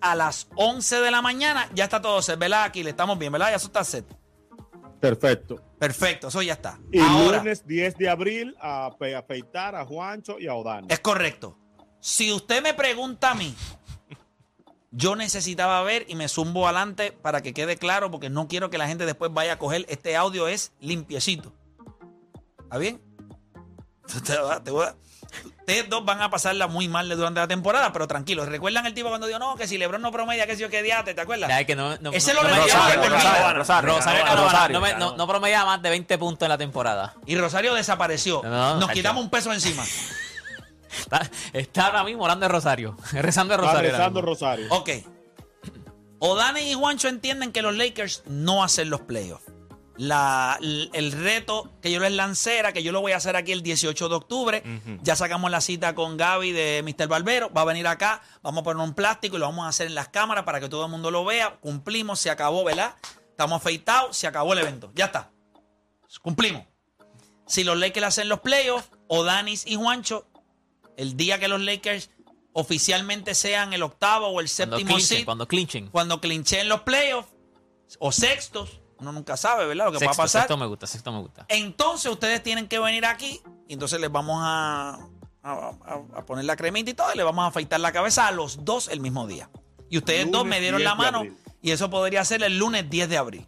a las 11 de la mañana. Ya está todo set, ¿verdad? Aquí le estamos bien, ¿verdad? Ya eso está set. Perfecto. Perfecto, eso ya está. Y Ahora, lunes 10 de abril a pe- a afeitar a Juancho y a Odani. es correcto. Si usted me pregunta a mí, yo necesitaba ver y me zumbo adelante para que quede claro, porque no quiero que la gente después vaya a coger. Este audio es limpiecito. ¿Está bien? Te va- te voy a- Ustedes dos van a pasarla muy mal durante la temporada, pero tranquilos. ¿Recuerdan el tipo cuando dijo, no, que si Lebron no promedia, que si yo qué diate, ¿te acuerdas? Ya, es que no- no- Ese no- lo no- retiraba Rosario, del Rosario, partido. Rosario, Rosario Rosario, Canavana, Rosario, no me- no- Canavana. no promediaba más de 20 puntos en la temporada. Y Rosario desapareció. No, no, Nos Nacho. quitamos un peso encima. Está, está ahora mismo orando de Rosario. Rezando de Está Rosario. rezando ahora Rosario. mismo. Ok. O'Dani y Juancho entienden que los Lakers no hacen los playoffs. La- l- el reto que yo les lancé era que yo lo voy a hacer aquí el 18 de octubre. Ya sacamos la cita con Gaby de Mr. Barbero. Va a venir acá, vamos a poner un plástico y lo vamos a hacer en las cámaras para que todo el mundo lo vea. Cumplimos, se acabó, ¿verdad? Estamos afeitados, se acabó el evento. Ya está. Cumplimos. Si los Lakers hacen los playoffs, O'Danis y Juancho, el día que los Lakers oficialmente sean el octavo o el Cuando séptimo clinchen, seed, cuando clinchen. cuando clinchen los playoffs o sextos, uno nunca sabe, ¿verdad? Lo que va a Sexto, pasar. sexto me gusta, sexto me gusta. Entonces ustedes tienen que venir aquí y entonces les vamos a, a- a- a poner la cremita y todo y les vamos a afeitar la cabeza a los dos el mismo día. Y ustedes dos Lunes me dieron 10 la de mano abril. y eso podría ser el lunes 10 de abril.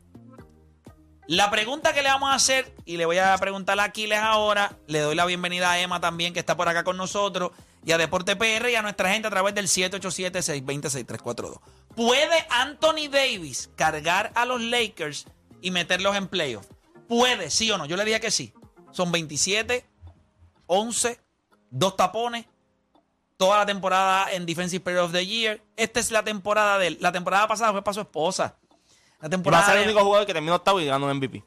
La pregunta que le vamos a hacer y le voy a preguntar a Aquiles ahora, le doy la bienvenida a Emma también que está por acá con nosotros y a Deporte PR y a nuestra gente a través del 787-620-6342. ¿Puede Anthony Davis cargar a los Lakers y meterlos en playoffs? ¿Puede, sí o no? Yo le dije que sí. Son 27, 11, dos tapones, toda la temporada en Defensive Player of the Year. Esta es la temporada de él. La temporada pasada fue para su esposa. La Y va a temporada ser el de- único jugador que termina octavo y gana un MVP.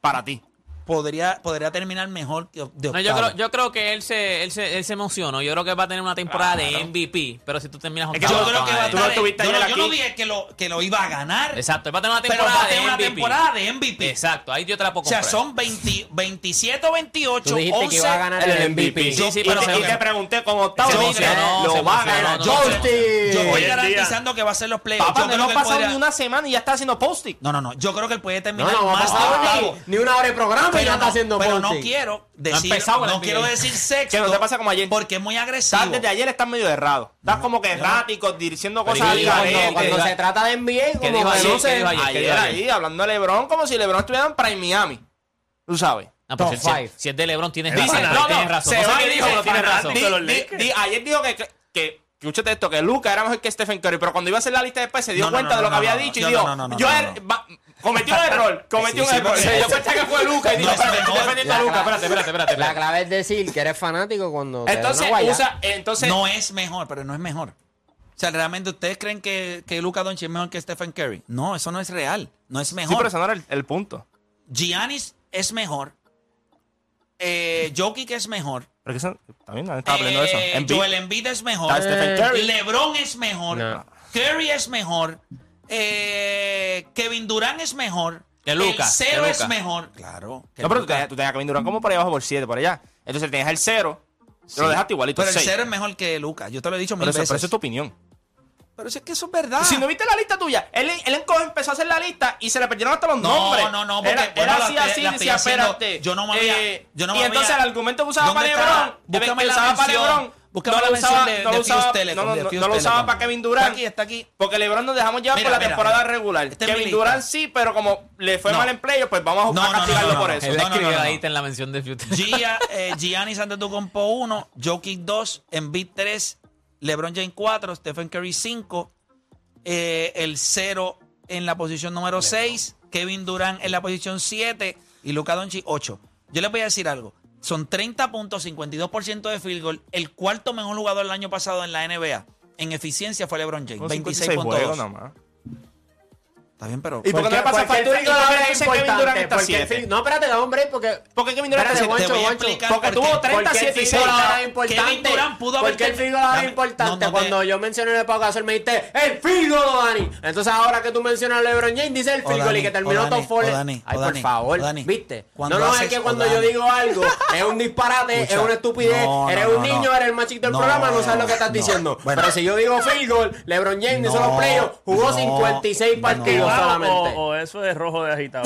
Para ti. podría, podría terminar mejor que de No, yo, octavo. creo, yo creo que él se, él, se, él se emocionó. Yo creo que va a tener una temporada de MVP. Pero si tú terminas Es que Yo octavo, creo no te que va van a a Ah, tú dejar. lo estar- tuviste yo, ayer no- yo no aquí. dije que lo, que lo iba a ganar, Exacto, él va a tener una pero temporada va a tener de una MVP. temporada de MVP. Exacto, ahí yo te la puedo O sea, comprar. son 20 27 o 28, Tú dijiste 11. que iba a ganar el MVP. Sí, sí, y, pero te, se- y te pregunté con octavo. se y emocionó, dije, se lo va a emocionó, ganar. no, Yo- no, no. Yo voy Hoy en día- garantizando que va a ser los playoffs. Papá, Yo creo no que ha él pasado podría- ni una semana y ya está haciendo posting. No, no, no. Yo creo que él puede No, terminar no, ha más de pasado octavo. ni, ni una hora de Ah, programa y ya Pero, está no, haciendo pero no posting. quiero decir, empezado no, el NBA. quiero decir sexto. Que no te pasa como ayer. Porque es muy Estás agresivo. desde ayer estás medio errado. Estás como que errático, diciendo Pero cosas y- al y- garete. Cuando, cuando se trata de NBA, como dijo que ayer? no ¿Qué sé. dijo ayer? Ayer ahí, hablando de LeBron, como si LeBron estuviera en Prime Miami. Tú sabes. No, pues Top si, five. si- si es de LeBron, tienes Dice, razón. no, no, tienes razón. se No sé va qué y dijo, dice, pero tienes razón. di- di- di- ayer dijo que, que, que- escúchate esto, que Luca era mejor que Stephen Curry, pero cuando iba a hacer la lista después se dio No, no, cuenta no, de lo no, que había no, dicho no, y dijo, no, no, no, yo no, er- no. va- cometí un error, cometí Sí, un sí, error. porque- Se dio cuenta que fue Luca y dijo, No, "Espérate, no, estoy defendiendo a la Luca, clave- espérate, espérate, espérate. La clave es decir que eres fanático cuando. te dan una Entonces guayá. usa, entonces, No es mejor, pero no es mejor. O sea, realmente ustedes creen que, que Luca Doncic es mejor que Stephen Curry. No, eso no es real. No es sí, pero mejor. ese no era el, el punto. Giannis es mejor. Eh, Jokic es mejor. Pero que eso, también nadie estaba hablando de eso. Eh, En Joel Embiid es mejor. Está Stephen Curry. LeBron es mejor. No. Curry es mejor. Eh, Kevin Durant es mejor. Que Luka, el cero que es Luka. mejor. Claro. que No, pero tú Luka. tenías, tú tenías a Kevin Durant como por ahí abajo por 7, por allá. Entonces tenías el 0, lo dejaste igualito, Pero el seis. cero es mejor que Luca. Yo te lo he dicho mil Pero eso- veces. pero eso es tu opinión. Pero si es que eso es verdad. Si no viste la lista tuya, él, él en coge empezó a hacer la lista y se le perdieron hasta los No, nombres. no, no, porque, era, bueno, era la así, estoy- así, la estoy decía, haciendo. espérate. Eh, Yo no me había- yo no y me entonces había- el argumento que usaba para ¿Dónde está? LeBron, Búscame que la usaba para mención. LeBron, Búscame no la lo mención usaba, de- no de lo usaba, Fuse Telecom, no, de no, Fuse no lo usaba Telecom. para Kevin Está Durant. aquí, está aquí. Porque LeBron nos dejamos ya Mira, por la mira, temporada mira. regular. Esta es mi Kevin lista. Durant sí, pero como le fue No. mal en playoff, pues vamos a, No, a no, no, castigarlo no, por no. eso. Él No, no, no, escribió no, la no. lista en la mención de Future. Gia, eh, Giannis Antetokounmpo 1, Jokic 2, Embiid 3, LeBron James 4, Stephen Curry 5, eh, el 0 en la posición número 6, Kevin Durant en la posición 7 y Luka Doncic 8. Yo les voy a decir algo. Son 30 puntos, 52% de field goal. El cuarto mejor jugador el año pasado en la NBA en eficiencia fue LeBron James, Son 56 juegos 26.2. nada más. Está bien, pero. ¿Y por qué no le pasa factura y no le dice Kevin Durant está siete? No, espérate, da hombre, porque. ¿Por qué Kevin Durant está Espérate, siete? te voy a Juancho, explicar Porque por qué. tuvo 37 y 6. Kevin Durant pudo haber Porque el terminado- Figo era Dame- importante. no, no te- Cuando yo mencioné a Pau Gasol me dijiste ¡El Figo, Dani! Entonces ahora que tú mencionas a LeBron James, dice el O Figo Dani, y que o terminó Dani, top four. o Dani, Ay, o por Dani, favor, o Dani. ¿viste? No, Cuando no, es haces- que o cuando yo Dani. digo algo, es un disparate, es Escucha, una estupidez, no, no, eres no, un niño, no. eres el más chiquito del No, programa, no sabes lo que estás no. diciendo. Bueno. Pero si yo digo Figo, LeBron James hizo No, los playoffs, jugó no, 56 no. partidos Ah, solamente. O, o eso es rojo de agitado.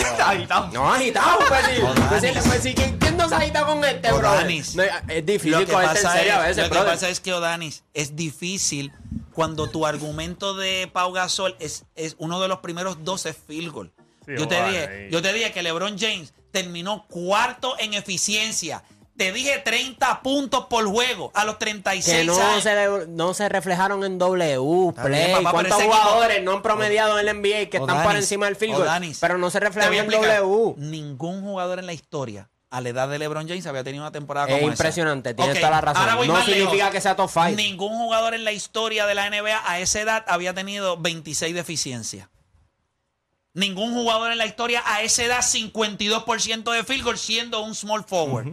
No, agitado, pues sí. No, Dani. Pues sí, pues sí, ¿quién, quién no se agita con este, No, bro? Dani. No, es difícil Lo que, cogerte en pasa serio es, a veces, lo que brother. pasa es que Odanis es difícil cuando tu argumento de Pau Gasol es, es uno de los primeros 12 field goal. Sí, yo, te Odanis. dije, yo te dije que LeBron James terminó cuarto en eficiencia. Te dije 30 puntos por juego a los 36 que no años. se, le- no se reflejaron en W, Está Play. bien, papá, pero ¿Cuántos ese equipo- jugadores no han promediado en el NBA que están Odanis, por encima del field goal? Odanis. Pero no se Te reflejaron voy a en explicar. W. Ningún jugador en la historia a la edad de LeBron James había tenido una temporada Es como esa. impresionante, tienes Ok, toda la ahora razón. voy No más significa lejos. que sea top 5. Ningún jugador en la historia de la NBA a esa edad había tenido 26 de eficiencia. Ningún jugador en la historia a esa edad 52% de field goal siendo un small forward.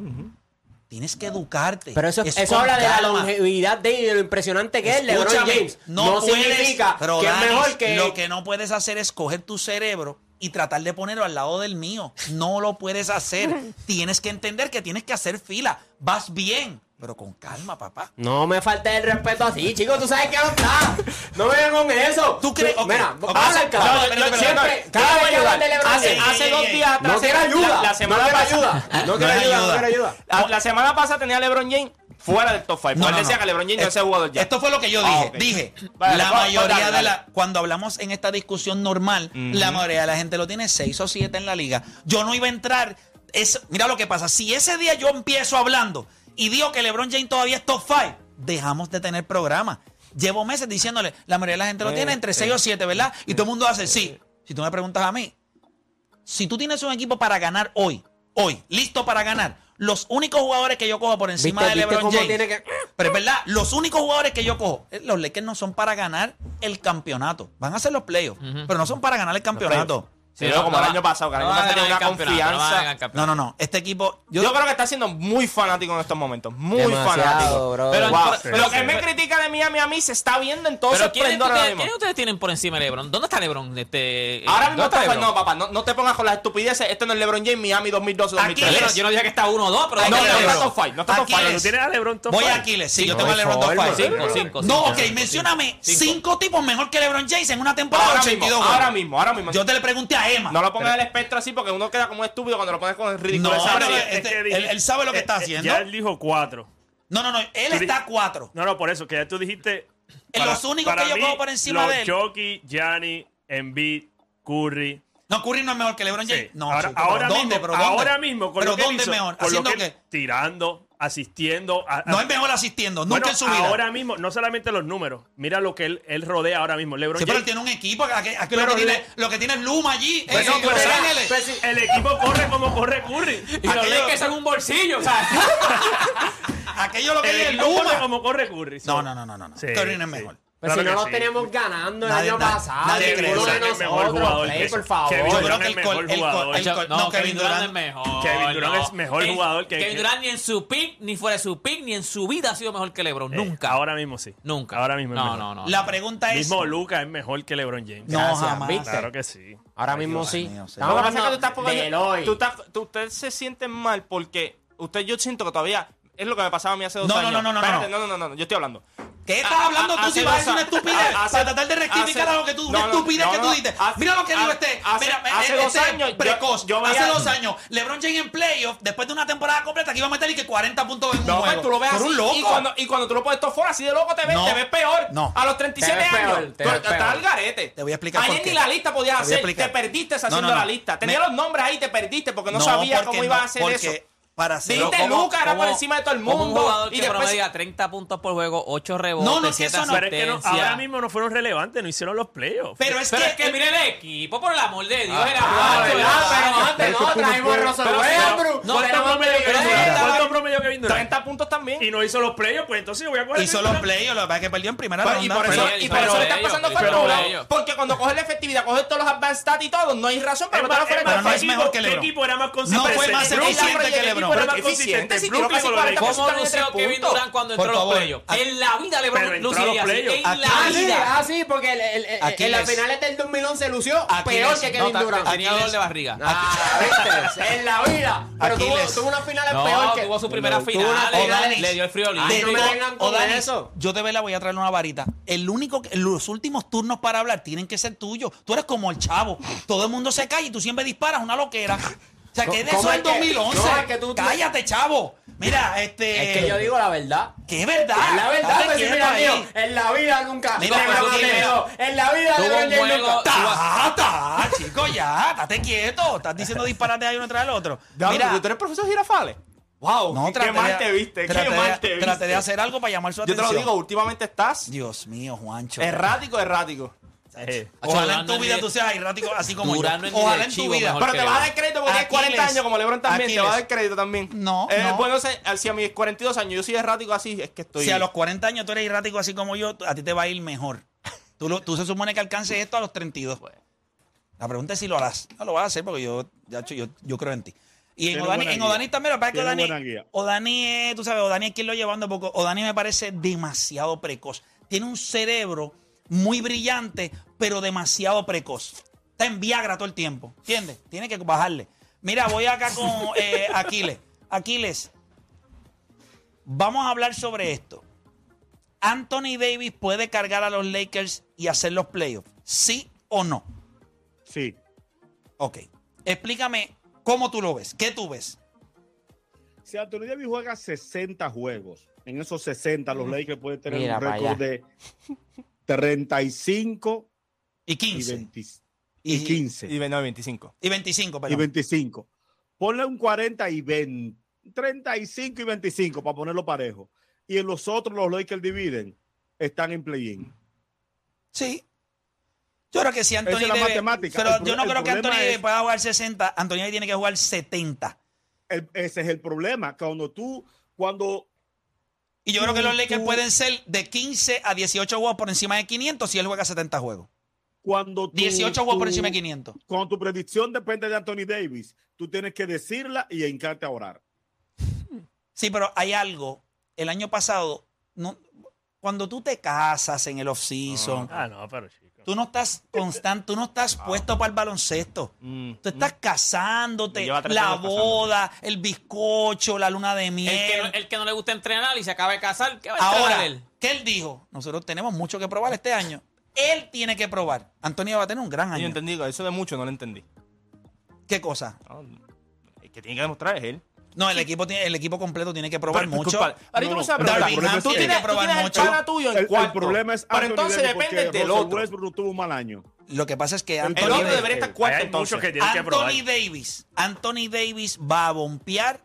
Tienes que educarte. Pero eso, Es eso con habla de la calma. longevidad de, y de lo impresionante que es LeBron Escúchame, James. No, puedes- significa pero, que es Danis, mejor que... Lo que no puedes hacer es coger tu cerebro y tratar de ponerlo al lado del mío. No lo puedes hacer. tienes que entender que tienes que hacer fila. Vas bien, pero con calma, papá. No me faltes el respeto así, chicos. Tú sabes que no está. No me vengan con eso. ¿Tú crees? Ok, Mira, ok, habla el ok, cabrón. espérate, Yo espérate, siempre, espérate. cada vez que hablan de LeBron Hace, James, Ey, hace ey, dos ey. días atrás. no quiero ayuda. La, la semana no quiero pasada, ayuda. No quiero No hay ayuda, no ayuda. quiero ayuda. La, la semana pasada tenía a LeBron James fuera del top 5. No, él no, Pues decía no. que LeBron James no Eh, es ese jugador ya. Esto fue lo que yo dije. Ah, ok. Dije, Vale, la va- va, mayoría dale, de dale. la. Cuando hablamos en esta discusión normal, la mayoría de la gente lo tiene 6 o 7 en la liga. Yo no iba a entrar. Es, mira lo que pasa. Si ese día yo empiezo hablando y digo que LeBron James todavía es top 5, dejamos de tener programa. Llevo meses diciéndole, la mayoría de la gente lo Eh, tiene entre 6 o 7, ¿verdad? Y todo el mundo hace sí. Si tú me preguntas a mí, si tú tienes un equipo para ganar hoy, hoy, listo para ganar, los únicos jugadores que yo cojo por encima ¿Viste- de viste LeBron cómo James. tiene que- Pero es verdad, los únicos jugadores que yo cojo, eh, los Lakers no son para ganar el campeonato. Van a hacer los playoffs, pero no son para ganar el campeonato. Sí, no, como el año pasado, que el año pasado tenía una confianza. No, no, no. Este equipo. Yo, creo que está siendo muy fanático en estos momentos. Muy Demasiado, fanático. bro. Pero Wow. pero- lo que me critica de Miami a mí se está viendo en todo su Pero ¿quiénes esplendor ahora ustedes, mismo. ¿quiénes ustedes tienen por encima de LeBron? ¿Dónde está LeBron? Este, eh, Ahora ¿dónde mismo está está LeBron? No, papá, no, no te pongas con las estupideces. Este no es LeBron James Miami 2012 Aquí Yo 2013. no- es. Yo no diría que está uno o dos, pero No, ¿dónde no, está no está LeBron? top five, no está top Aquí five. Tú tienes a LeBron top Voy five. a Aquiles. Sí, No yo tengo hay a LeBron top forma, five. bro. Cinco, cinco, No, cinco, ok, cinco. mencióname Cinco. cinco tipos mejor que LeBron James en una temporada de Ahora 82. mismo, güey. ahora mismo, ahora mismo. Yo te le pregunté a Emma. No lo pongas en el espectro así porque uno queda como un estúpido cuando lo pones con el ridículo. No, ese. pero Ahora- este- que él- él sabe lo que eh, está eh, haciendo. Ya él dijo cuatro. no, no, no. Él está a cuatro. No, no, por eso, que ya tú dijiste. Eh, los únicos que yo mí, cojo por encima los de él. Chucky, Gianni, Embiid, Curry. No, Curry no es mejor que LeBron James. Sí. No, ahora, chico, pero ahora ¿dónde, mismo, pero dónde? ahora mismo, con pero lo que él ¿dónde hizo, es mejor? con lo ¿Haciendo que él- qué? tirando, asistiendo. a- a- No es mejor asistiendo, nunca Bueno, en su vida. Ahora mismo, no solamente los números, mira lo que él, él rodea ahora mismo. LeBron Sí, pero él James- tiene un equipo. Aquí, aquí lo, Pero que tiene, le- lo que tiene es Luma allí. eh, Pues en no, Los pero- Ángeles. pues sí, el equipo corre como corre Curry. Y los Aquello- Lakers son un bolsillo, o sea. Aquello lo que El tiene es equipo corre Luma. como corre Curry. sí. No, no, no, no. no. no. Sí, Curry no es sí. mejor. Pues si Claro no que los sí. teníamos ganando el Nadie- año nadie- pasado. nadie cree ninguno de que es el mejor nosotros, jugador que Play, es. por favor. Kevin Yo Durant creo que es el mejor col- el jugador. col- el col- No, Kevin Durant es mejor. Kevin Durant no. es mejor Kevin- jugador que- Kevin que- Durant ni en su pick, ni fuera de su pick, ni en su vida ha sido mejor que LeBron. Eh, Nunca. Ahora mismo sí. Nunca. Ahora mismo es No, mejor. no, no. La pregunta es. Mismo Luca es mejor que LeBron James. No, Gracias, jamás. ¿viste? Claro que sí. Ahora mismo sí. mío, Estamos Lo que pasa es que tú hablando estás poniendo- del hoy. tú estás- tú- Ustedes se sienten mal porque usted, yo siento que todavía es lo que me pasaba a mí hace dos No, no, años. no, no, no, Espérate, no. no, no, no, no, yo estoy hablando. ¿Qué estás A- hablando a- tú si Ah, hace vas a dos decir una a- estupidez? a- hace- para tratar de rectificar hace- algo que tú, no, una no, estupidez no, que tú no, dices. hace- Mira lo que a- dijo este. hace- mira, hace eh, dos este años, yo- precoz. yo veía- hace dos años, LeBron James en playoff, después de una temporada completa, que iba a meter y que 40 puntos en un No, pues, juego. tú lo ves Tú así. eres un loco. Y, cuando, y cuando tú lo pones todo fuera, así de loco te ves, No. te ves peor. No. A los 37 Te ves años. peor, te tú ves estás peor. al garete. Te voy a explicar Ayer por qué. ni la lista podías Te voy a hacer. explicar. Te perdiste No, haciendo no, no. la lista. Me- Tenía los nombres ahí, te perdiste porque no, sabías porque cómo ibas no, a hacer porque eso. para ser. Dijiste Pero como- Luka era por como- encima de todo el como un mundo, jugador y que después- promedia 30 puntos por juego, 8 rebotes, No, no, que 7 eso no. Pero es que no- asistencias. ahora mismo no fueron relevantes, no hicieron los playoffs. Pero es Pero que, es que mira el equipo, por el amor de Dios. Ah, era Ah, macho, ¿verdad? era Pero macho. antes no, trajimos a Russell pero- Westbrook. ¿Cuánto promedio que Kevin Durant? Pero- ¿Cuánto promedio Kevin Durant? 30 puntos también. Y no hizo los playoffs, pues entonces yo voy a coger. a hizo Kevin los Durant. playoffs, lo que pasa es que perdió en primera Pues, ronda. y por eso, pero- pero- y por eso le pero están pasando ellos, factura. pero ellos. Porque cuando coges la efectividad, coges todos los advanced stats y todo, no hay razón para Es más, meterlo fuera es de pero más, no ¿qué es juego. mejor equipo- que ¿qué LeBron. equipo era más No consistente? fue más Brooklyn, eficiente que ¿qué equipo LeBron. era más Eficiente, consistente? si tiró Brooklyn casi con los 40 Lakers. Eso ¿Cómo está bien, lució tres Kevin puntos. Durant cuando Por entró a los favor. playoffs? Aquí- En la vida le Pero entró a los luciría así. playoffs. En Aquí- Ah, la sí, vida. ah, sí, porque el- el- el- en Aquiles. las finales del 2011 lució Aquiles. peor que Kevin No, ta- Durant. Tenía dolor de barriga. Ah, ¿viste? en la vida. Pero Aquiles. tuvo, tuvo unas finales No, peor que. Eh, tuvo su primera No, tuvo final, una le- final. le dio el frío ah, Ay, no me Digo, vengan con Odalis, eso. Yo de verdad voy a traer una varita. El único, que- los últimos turnos para hablar tienen que ser tuyos. Tú eres como el chavo. Todo el mundo se calla y tú siempre disparas una loquera. O sea, que de ¿Cómo eso es es que- 2011. no, es que tú- Cállate, chavo. Mira, este. Es que yo digo la verdad. Que es verdad. Ah, Es la verdad, Date pues, quieto mira, ahí. tío, en la vida nunca. Mira, LeBron pero tú James tienes- no. En la vida, Tuvo un LeBron James juego- nunca. Ta, ta, chico, ya, estate quieto. Estás diciendo disparate ahí uno tras el otro. Mira, tú eres profesor Girafales. Wow, no, Oh, qué traté mal de- te viste, qué traté de- mal te viste. Traté de hacer algo para llamar su Yo te atención. lo digo, últimamente estás Dios mío, Juancho. errático, errático. Eh, Ojalá Durán en no tu es vida ni- tú seas errático así como Durán yo. no es ni Ojalá de en tu chivo vida. mejor. Pero te vas a dar crédito porque tienes Aquiles. 40 años como LeBron también. Te Aquiles. vas a dar crédito también. No, Eh, no. Bueno, se- si a mis 42 años yo soy errático así, es que estoy. Si a los 40 años tú eres errático así como yo, a ti te va a ir mejor. Tú, lo- tú se supone que alcances esto a los 32. La pregunta es si lo harás. No lo vas a hacer porque yo, ya, hecho, yo, yo creo en ti. Y en Tiene Odani, buena en guía. Odani también, lo que pasa es que Tiene Odani, buena guía. Odani es, tú sabes, Odani es quien lo llevando porque Odani me parece demasiado precoz. Tiene un cerebro muy brillante, pero demasiado precoz. Está en Viagra todo el tiempo, ¿entiendes? Tiene que bajarle. Mira, voy acá con eh, Aquiles. Aquiles, vamos a hablar sobre esto. ¿Anthony Davis puede cargar a los Lakers y hacer los playoffs? ¿Sí o no? Sí. Ok. Explícame cómo tú lo ves. ¿Qué tú ves? Si Anthony Davis juega 60 juegos, en esos 60 los Lakers pueden tener Mira un pa' récord allá. de 35 Y y, 15. 20 y 15 Y no, 25. Y 25, y perdón. 25. Ponle un 40 y 20, 35 y 25 para ponerlo parejo. Y en los otros los Lakers dividen, están en play-in. Sí. Yo creo que si Anthony Esa es la Davis- matemática. El Pero pro- yo no el creo que Anthony problema Davis es- pueda jugar 60. Anthony Davis tiene que jugar 70. El- ese es el problema. Cuando tú, cuando Y yo creo que los Tú- Lakers tú- pueden ser de 15 a 18 juegos por encima de 500 si él juega 70 juegos. cuando tú- 18 juegos por tú- encima de 500. Cuando tu predicción depende de Anthony Davis, tú tienes que decirla y encarte a orar. Sí, pero hay algo. El año pasado, no, cuando tú te casas en el off-season, Ah, no, pero chico. tú no estás constante, tú no Ah. estás puesto para el baloncesto. Mm, Tú estás Me casándote, lleva tres la años casándome. boda, el bizcocho, la luna de miel. El que, no, el que no le gusta entrenar y se acaba de casar, ¿qué va a Ahora, entrenar él? ¿qué él dijo? Nosotros tenemos mucho que probar este año. Él tiene que probar. Antonio va a tener un gran Yo año. entendí, eso de mucho no lo entendí. ¿Qué cosa? No, el que tiene que demostrar es él. No, el equipo, tiene- el equipo completo tiene que probar Pero, mucho. disculpa, Ahorita No, tú me no, haces una el pregunta. problema es Tú que- tienes, que tú probar tienes el mucho. pana tuyo en El, el cuarto. problema es Pero Anthony entonces Davis porque depende del Russell otro. Westbrook tuvo un mal año. Lo que pasa es que El El Anthony otro Davis- debería estar cuarto Hay entonces. muchos que tienen que probar. Anthony Davis. Anthony Davis va a bompear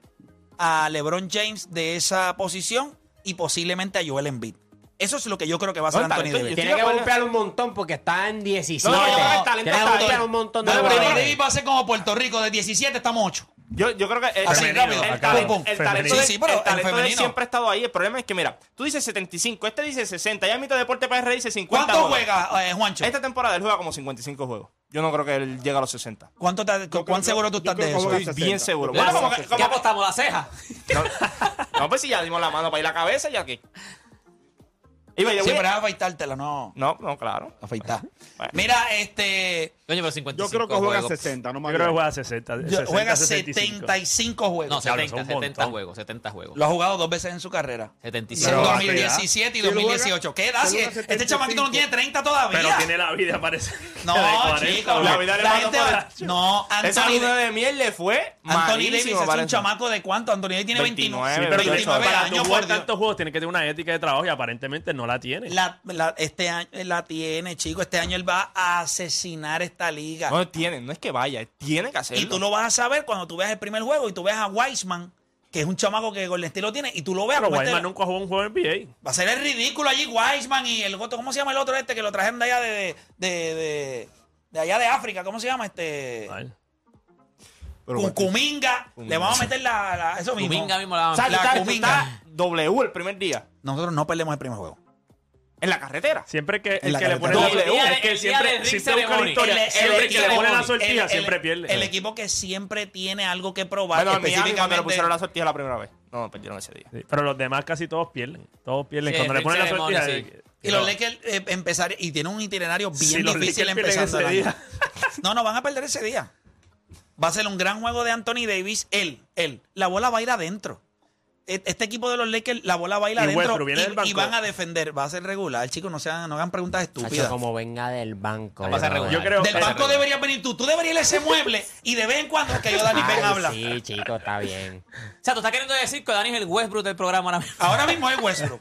a LeBron James de esa posición y posiblemente a Joel Embiid. Eso es lo que yo creo que va a hacer No, el Anthony talento- Davis. Tiene que golpear un montón porque está en 17. No, no, yo creo que el talento Tiene que está ahí. golpear un montón de No, pero Anthony jugadores. Davis va a ser como Puerto Rico, de 17 estamos 8. Yo, yo creo que el, Así, el- rápido, el acá, talento, pum, el talento femenino. de- Sí, sí, pero el el talento de él femenino. siempre ha estado ahí. El problema es que, mira, tú dices 75, este dice 60. Ya mito Deporte PR dice 50. ¿Cuánto juegos. juega, eh, Juancho? Este Esta temporada él juega como 55 juegos. Yo no creo que él llegue a los 60. ¿Cuánto te- creo ¿Cuán que- seguro tú yo estás creo de que eso? juega Estoy 60. bien seguro. La- Bueno, como que- ¿Qué como- apostamos? ¿La ceja? No, no, pues si ya dimos la mano para ir la cabeza, ya que. Y vaya, Siempre vas a afeitártela, no. No, no, claro. Afeitar. Bueno. Mira, este. Coño, pero Yo 55 creo que juega juegos. 60, no Yo más. creo que bien. juega 60. 60 juega 65. 75 juegos. No, Diablo, son 70, un 70 montón. juegos, 70 juegos. Lo ha jugado dos veces en su carrera. En 75. Pero- 2017 y Si lo juega- 2018. ¿Qué edad? si Si lo juega Este 75. chamaquito no tiene 30 todavía. Pero tiene la vida, parece. No, de 40, chico. güey. La vida le mandó gente para- va- No, Esa Anthony, luna de miel le fue. Anthony Davis malísimo, es un parece. chamaco de cuánto? Anthony Davis tiene 29, 29, Sí, pero 29 para tú años, jugar por Dios. tantos juegos tienes que tener una ética de trabajo y aparentemente no la tiene. La, la- este año la tiene, chico. Este año él va a asesinar esta liga. No tiene, no es que vaya, tiene que hacerlo. y tú lo vas a saber cuando tú veas el primer juego y tú veas a Wiseman que es un chamaco que Golden State lo tiene, y tú lo veas Pero como este- Weisman nunca jugó un juego en NBA. Va a ser el ridículo allí, Wiseman y el otro, ¿cómo se llama el otro este que lo trajeron de allá de, de, de, de- de allá de África? ¿Cómo se llama este? Ay. Con Cuminga. Le vamos a meter la, la- eso mismo. Cuminga mismo la O sea, vamos tú La estás- tú Cuminga. estás W el primer día. Nosotros no perdemos el primer juego. En la carretera. Siempre que En el la que le pone carretera. la Doble sortija, U. es que El día del siempre ring si usted busca la ceremony. historia, El- siempre el- que le pone la el- sortija el- siempre pierde. El equipo que siempre tiene algo que probar. Bueno, en Miami cuando le específicamente- pusieron la sortija la primera vez. No, perdieron ese día. Sí, Pero los demás casi todos pierden. Todos pierden. Sí, Cuando le el ponen la ring sortija. ceremony, sí. eh, Y los Lakers eh, empezar y tienen un itinerario bien Si los difícil Lakers pierden empezando ese el año. día. No, no van a perder ese día. Va a ser un gran juego de Anthony Davis. Él, él. La bola va a ir adentro. E- Este equipo de los Lakers, la bola va a ir Y adentro Westbrook viene del y, banco. y van a defender. Va a ser regular, chicos. No, sean, no hagan preguntas Hacho, estúpidas. como venga del banco. Pasa brother. regular. Yo creo Del banco deberías venir tú. Tú deberías ir a ese mueble y de vez en cuando que yo, Dani, ven, Ay, habla. Sí, chico, está bien. O sea, tú estás queriendo decir que Dani es el Westbrook del programa ahora mismo. Ahora mismo es Westbrook.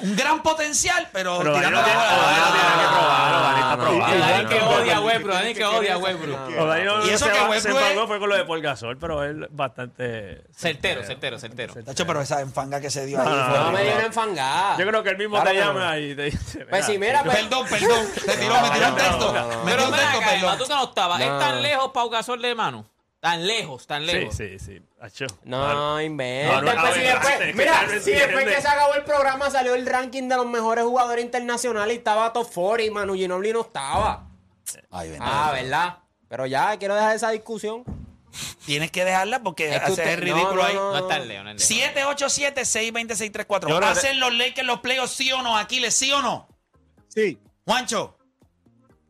Un gran potencial, pero, Pero Dani tirando no la tiene- bola. o Dani no tiene que probar, o Dani está Ah, probado. Dani Dani que no, odia a no, Westbrook, Dani que odia a Westbrook. No. O Danilo Y eso se, que va- se Westbrook es- pagó fue con lo de Paul Gasol, pero él bastante. Certero, certero, certero. Tacho, pero esa enfanga que se dio ahí. no, fue- No me dio una Yo enfangada. creo que él mismo Ahora te no. llama y te dice. eh, Pues sí, mira, pues. Perdón, perdón. Te tiró, me tiró el no, texto. no, no, no. Me tiró Pero el mira texto, acá, Emma, tú perdón. que no estabas. No. Es tan lejos Pau Gasol de mano. Tan lejos, tan Sí, lejos. sí, sí. Acho. No, No, inventa. no, Después, no, si no, después- no, no, no, mira, no, si no, después no, que no. se acabó el programa salió el ranking de los mejores jugadores internacionales y estaba top 40 y Manu Ginobili no estaba. Ay, bendito. Ah, ¿verdad? Pero ya, quiero dejar esa discusión. Ah. Tienes que dejarla Eh, porque Es que haces el usted- no, ridículo no, ahí. no. No es tan lejos, no es lejos. 787-620-634. Yo creo que- ¿Hacen los Lakers los playoffs sí o no? Aquiles, ¿sí o no? Sí. Juancho,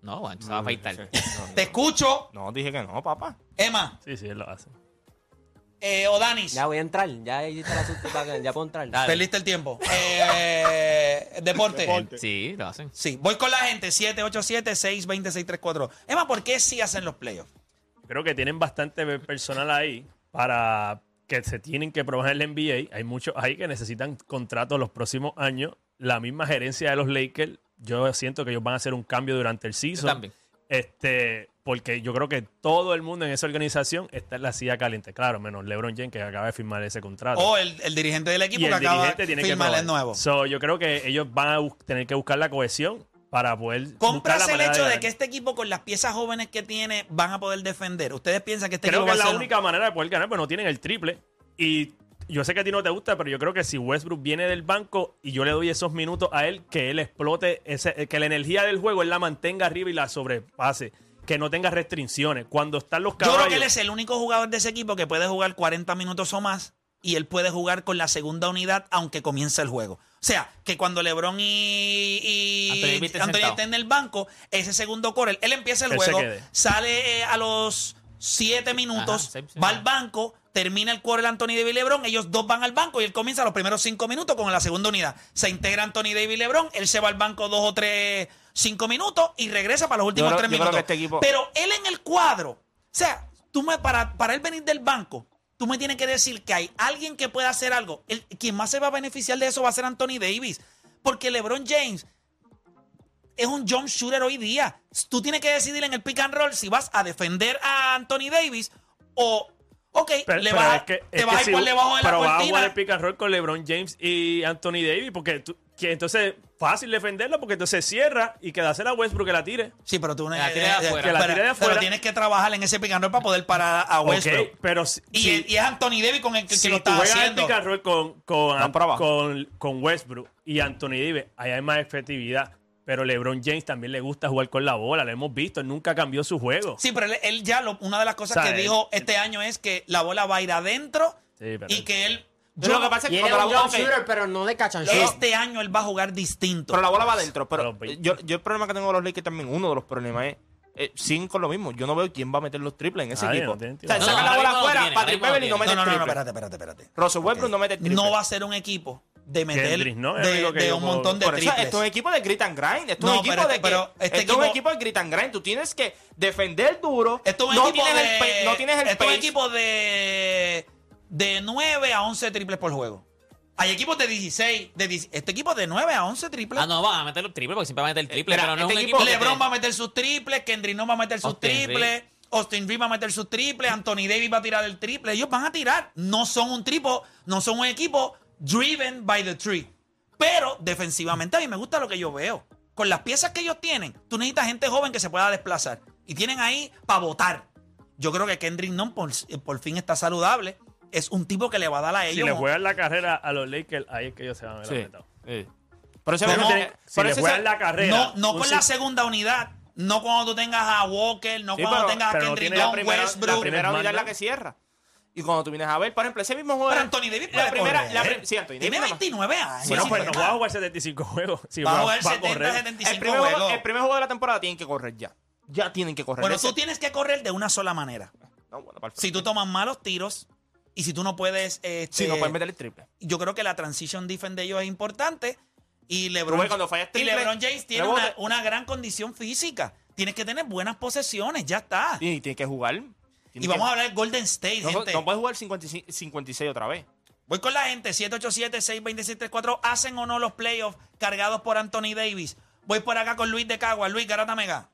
No, guacho, se va a afeitar. te escucho. No, dije que no, papá. Emma Sí, sí, él lo hace. eh, o Danis. Ya voy a entrar, ya hiciste el asunto para que- ya puedo entrar. Perdiste el tiempo. Eh, deporte. Deporte. Sí, lo hacen. Sí, voy con la gente. 787-620-634. Emma, ¿por qué sí hacen los playoffs? creo que tienen bastante personal ahí para que se tienen que probar en el NBA. Hay muchos ahí que necesitan contratos los próximos años. La misma gerencia de los Lakers, yo siento que ellos van a hacer un cambio durante el Yo season. también. Este, porque yo creo que todo el mundo en esa organización está en la silla caliente. Claro, menos LeBron James que acaba de firmar ese contrato. Oh, O el, el dirigente del equipo y que el acaba dirigente de tiene que firmar probar. el nuevo. So, yo creo que ellos van a bus- tener que buscar la cohesión para poder buscar la Compras el manera hecho de ganar. que este equipo con las piezas jóvenes que tiene van a poder defender. ¿Ustedes piensan que este creo equipo que es va a la ser- única manera de poder ganar, pero no tienen el triple. Y yo sé que a ti no te gusta, pero yo creo que si Westbrook viene del banco y yo le doy esos minutos a él, que él explote, ese, que la energía del juego él la mantenga arriba y la sobrepase, que no tenga restricciones. Cuando están los Yo caballos, creo que él es el único jugador de ese equipo que puede jugar 40 minutos o más y él puede jugar con la segunda unidad aunque comience el juego. O sea, que cuando LeBron y, y Anthony Davis esté sentado. estén en el banco, ese segundo core, él, él empieza el Él se juego, quede. sale eh, a los 7 minutos, Ajá, seis, sí. va al banco, termina el core el Anthony Davis y LeBron, ellos dos van al banco y él comienza los primeros 5 minutos con la segunda unidad. Se integra Anthony Davis y LeBron, él se va al banco dos o tres, 5 minutos y regresa para los últimos creo- 3 yo creo minutos. que este equipo- Pero pero él en el cuadro, o sea, tú me, para, para él venir del banco, tú me tienes que decir que hay alguien que pueda hacer algo. El- quien más se va a beneficiar de eso va a ser Anthony Davis. Porque LeBron James es un jump shooter hoy día. Tú tienes que decidir en el pick and roll si vas a defender a Anthony Davis o, ok, Pero- le pero vas, a- es que- te es vas que a ir si- por debajo de la pero vas a jugar el cortina. pick and roll con LeBron James y Anthony Davis, porque tú- que entonces fácil defenderlo, porque entonces cierra y quedarse la Westbrook que la tire. Sí, pero tú no- la eh, tira de eh, afuera. Que la espera, tira de pero afuera. tienes que trabajar en ese pick and roll para poder parar a Westbrook. Ok, pero si- Y, si- es- y es Anthony Davis con el que, que si lo tú está juegas haciendo. el pick and roll con, con, Van para abajo. con- con Westbrook y Anthony Davis, ahí hay más efectividad. Pero LeBron James también le gusta jugar con la bola, lo hemos visto, él nunca cambió su juego. Sí, pero él, él ya, lo- una de las cosas O sea, que él- dijo él- este año es que la bola va a ir adentro Sí, pero- y que él. Yo lo que pasa es Y que él es cuando la un bola. jump shooter, pero no de cachan shot. este año él va a jugar distinto. Pero la bola va adentro. Pero Pero- yo, yo el problema que tengo con los Lakers también, uno de los problemas es. Eh, sin con lo mismo, yo no veo quién va a meter los triples en ese Nadie, equipo. no tiene o sea, tiro. saca No, la no, bola ahora mismo no afuera, tiene, para ahora mismo no Beverly no tiene. mete no, no, el no, no, triple. espérate, espérate, espérate. Russell Westbrook Ok. no mete el triple. No va a ser un equipo de meter Kendrick, ¿no? Es el de, único que de yo un puedo- montón de Por eso, triples. esto es un equipo de grit and grind. Esto No, es un pero equipo este- de que, pero este esto es un equipo- equipo de grit and grind. Tú tienes que defender duro. Esto es un no, equipo tienes de- el pa- no tienes el esto es un pace. equipo de, de 9 a 11 triples por juego. Hay equipos de 16. De 10 este equipo es de 9 a 11 triples. Ah, no, van a meter los triples porque siempre van a meter el triple, Mira, pero no este es un equipo- equipo. que LeBron te- va a meter sus triples, Kendrick no va a meter sus Austin triples. Reeves. Austin Reeves va a meter sus triples, Anthony Davis va a tirar el triple. Ellos van a tirar. No son un tripo, no son un equipo driven by the tree. Pero defensivamente a mí me gusta lo que yo veo. Con las piezas que ellos tienen, tú necesitas gente joven que se pueda desplazar. Y tienen ahí para votar. Yo creo que Kendrick Nunn por, por fin está saludable. Es un tipo que le va a dar a Si ellos. le juegan la carrera a los Lakers, ahí es que ellos se van a ver Sí. apretados. sí. Por eso No, es que no, tiene- Si por le eso juegan es- la carrera. No, no un con si- la segunda unidad. No cuando tú tengas a Walker, no Sí, cuando pero- tengas a pero no Kendrick tiene la Nunn, primera, la Westbrook. primera Tienes unidad es la Magna. que cierra. Y cuando tú vienes a ver, por ejemplo, ese mismo juego. Pero Anthony Davis la puede primera, correr. la pri- sí, Anthony Davis Tiene nada más. 29 años. Bueno, Sí, pues sí, no sí. va a jugar 75 juegos. Sí, Va a jugar a 70, correr. 75 el primer, juego, juegos. el primer juego de la temporada tienen que correr ya. Ya tienen que correr. Bueno, Ese- tú tienes que correr de una sola manera. No, bueno, pues, para el- Si tú tomas malos tiros y si tú no puedes... este, Sí, no puedes meter el triple. Yo creo que la transition defense de ellos es importante. Y LeBron, Rubén, cuando fallas y triple, LeBron James tiene una, rebote. una gran condición física. Tienes que tener buenas posesiones, ya está. Y tienes que jugar. Y vamos a hablar de Golden State, No, gente. no puedes jugar 55 56 otra vez. Voy con la gente, 787-626-34. ¿Hacen o no los playoffs cargados por Anthony Davis? Voy por acá con Luis de Cagua. Luis Garata Mega.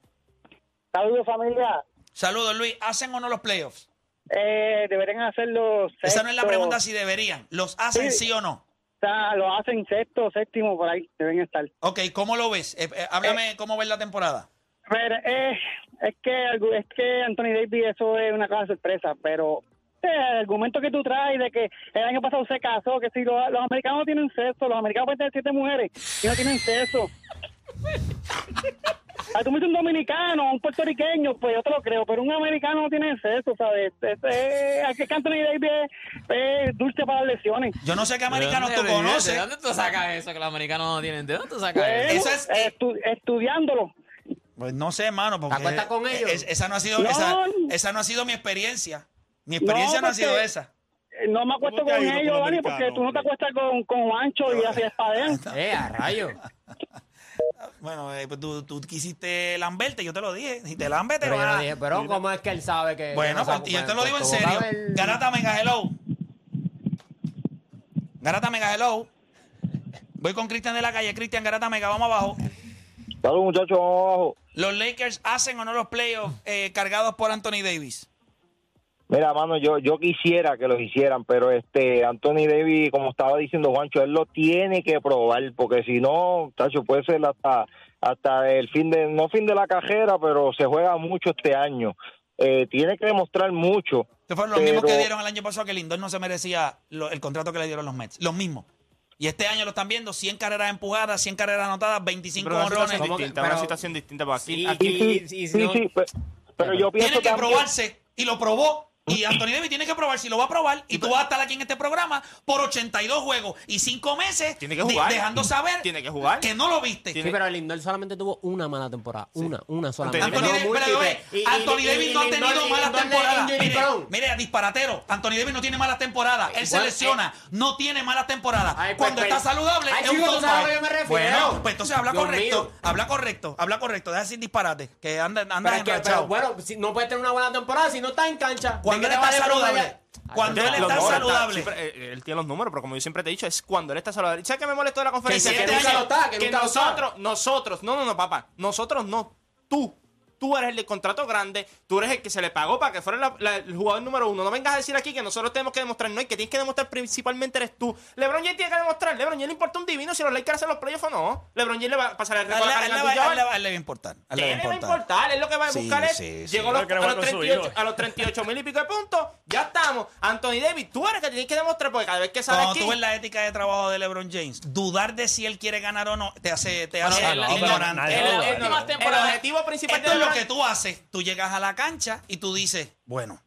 Saludos familia, Saludos, Luis. ¿Hacen o no los playoffs? eh, deberían hacerlo sexto, Esa no es la pregunta si deberían. ¿Los hacen sí, o no? o sea, lo hacen sexto, séptimo por ahí deben estar. Ok, ¿cómo lo ves? Eh, eh, háblame cómo ves la temporada. Pero eh, es que algu- es que Anthony Davis eso es una cosa de sorpresa, pero eh, el argumento que tú traes de que el año pasado se casó, que si los, los americanos no tienen sexo, los americanos pueden tener siete mujeres y no tienen sexo. Ah, tú me dices un dominicano, un puertorriqueño, pues yo te lo creo, pero un americano no tiene sexo, ¿sabes? Es, es- es que Anthony Davis es, es dulce para las lesiones. Yo no sé qué americanos ¿De tú dónde- ¿De conoces. dónde tú sacas eso que los americanos no tienen? ¿De dónde tú sacas Bueno, eh, eso? Eso es- estu- estudiándolo. Pues no sé, hermano. Porque acuestas con ellos? es- esa, no ha sido, No. esa, esa no ha sido mi experiencia. Mi experiencia no, ha sido porque- esa. Eh, No me acuesto ¿Cómo te con ha ido ellos, como Dani, americano, porque tú no te hombre? acuestas con, con Juancho y así espadén. Eh, a rayo. Bueno, eh, pues tú, tú quisiste lamberte, yo te lo dije. Si te lambes, te Pero, yo van no a- dije, pero ¿cómo es que él sabe Eh, que... Bueno, que no pues, y yo te lo digo en sabe? serio. Sabe el- Garata Mega Hello. Garata Mega Hello. Voy con Cristian de la calle. Cristian Garata Mega, vamos abajo. Saludos, muchachos, vamos abajo. ¿Los Lakers hacen o no los playoffs eh, cargados por Anthony Davis? Mira, mano, yo, yo quisiera que los hicieran, pero este Anthony Davis, como estaba diciendo Juancho, él lo tiene que probar, porque si no, tacho, puede ser hasta, hasta el fin de, no fin de la cajera, pero se juega mucho este año. Eh, tiene que demostrar mucho. Que fueron los mismos que Pero- dieron el año pasado que Lindor no se merecía lo- el contrato que le dieron los Mets. Los mismos. Y este año lo están viendo, 100 carreras empujadas, 100 carreras anotadas, 25 Pero una honrones. situación ¿Cómo que- distinta, una pero- situación distinta para aquí. Sí, aquí- Y- Sí, y sí, si no- sí, pe- pero yo pienso Tiene que también- probarse y lo probó. Y Mm. Anthony Davis tiene que probar si lo va a probar. Y tú vas a estar aquí en este programa por 82 juegos y 5 meses Tiene que de- jugar. Mm. dejando saber Tiene que jugar. que no lo viste. Sí, pero Lindor solamente tuvo una mala temporada. Una, una solamente. Anthony Anthony Davis, No, espérate, múltiple. ve, Y- y- Anthony y- Davis y no ha Lindor- tenido malas y Lindor le temporadas. injury Mire, prone. mire, disparatero. Anthony Davis no tiene malas temporadas. Él se Igual, eh. lesiona. No tiene malas temporadas. Ay, pues, Cuando pues. está saludable, Ay, es un chico, tú top sabes a five. lo que me refiero. Bueno, pues entonces habla Dios correcto. mío. Habla correcto. Habla correcto. Deja sin disparate. Que anda, anda Pero, es que- pero bueno, si no puede tener una buena temporada si no está en cancha. Cuando él ¿De qué está te vale saludable. probar? Cuando Los él está números, saludable. siempre- eh, él tiene los números, pero como yo siempre te he dicho, es cuando él está saludable. ¿Sabes qué me molestó de la Que conferencia? si de que prensa? nunca lo está, que nunca lo está. nosotros, nosotros, no, no, no, papá, nosotros no, tú. Tú eres el del contrato grande, tú eres el que se le pagó para que fuera la- la- el jugador número uno. No vengas a decir aquí que nosotros tenemos que demostrar, no, y que tienes que demostrar principalmente eres tú. LeBron James tiene que demostrar, LeBron James le importa un divino si los Lakers hacen los playoffs o no. LeBron James le va a pasar el A él récord le- a a él Karim le va- a él le Abdul-Jabbar. va- a él le va a importar. A él ¿Qué le le va a importar. importar? Es lo que va a Sí, buscar. es- sí, sí. Llegó a los- Lo que le a, va los con su 38, hijo. a los 38 mil y pico de puntos. Ya estamos. Anthony Davis, tú eres que tienes que demostrar porque cada vez que sale Cuando aquí... tú ves la ética de trabajo de LeBron James, dudar de si él quiere ganar o no te hace, te hace él- él- ignorante. pues, nadie Ah, el, lo va a el- ganar. no, no, el objetivo principal Esto es de lo LeBron- que tú haces. Tú llegas a la cancha y tú dices, bueno,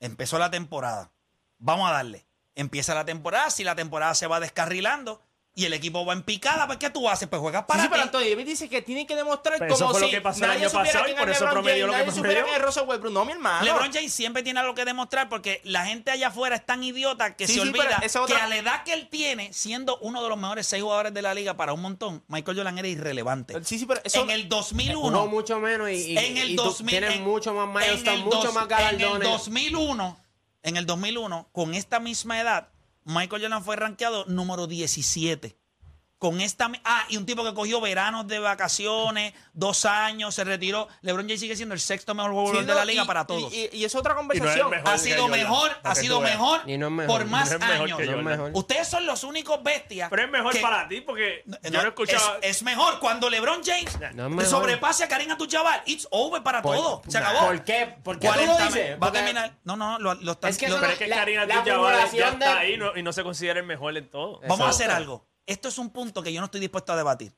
empezó la temporada, vamos a darle. Empieza la temporada, si la temporada se va descarrilando y el equipo va en picada, pues ¿qué tú haces? Pues juegas Sí, para sí, pero ti. Anthony Davis dice que tiene que demostrar Pero eso como fue lo si que pasó el nadie año supiera pasado y quién por es eso LeBron promedió James, lo que nadie supiera promedió. quién es Russell Westbrook. Ah, No, mi hermano. LeBron James siempre tiene algo que demostrar porque la gente allá afuera es tan idiota que Sí, se sí, olvida pero esa que otra- a la edad que él tiene, siendo uno de los mejores seis jugadores de la liga para un montón, Michael Jordan era irrelevante. Sí, sí, pero eso- en el Uno 2001, mucho menos y, y- en el y tú 2000, tienes en- mucho más en milestones, el mucho dos- más En el galardones. 2001, en el 2001, con esta misma edad, Michael Jordan fue rankeado número 17. con esta... me- Ah, y un tipo que cogió veranos de vacaciones, dos años, se retiró. LeBron James sigue siendo el sexto mejor jugador de la liga y- para todos. Y, y- y es otra el conversación. mejor. ha Ah, que sido Jordan, mejor, para ha que sido tú veas. mejor Y no es mejor, por no más es mejor que años. Jordan. mejor. Ustedes son los únicos bestias. Pero es mejor que- para ti porque yo no he escuchado. es, es mejor cuando LeBron James No es mejor. sobrepase a Karim Abdul-Jabbar. It's over para Por- todo. Se acabó. ¿Por qué? ¿Por qué tú lo 40 dices? Va a Porque- terminar. No, no, lo, lo está- Es que lo- eso pero es que la- Karina la Abdul-Jabbar ya acumulación está de- ahí no- y no se considera el mejor en todo. Vamos a Exacto. hacer algo. Esto es un punto que yo no estoy dispuesto a debatir.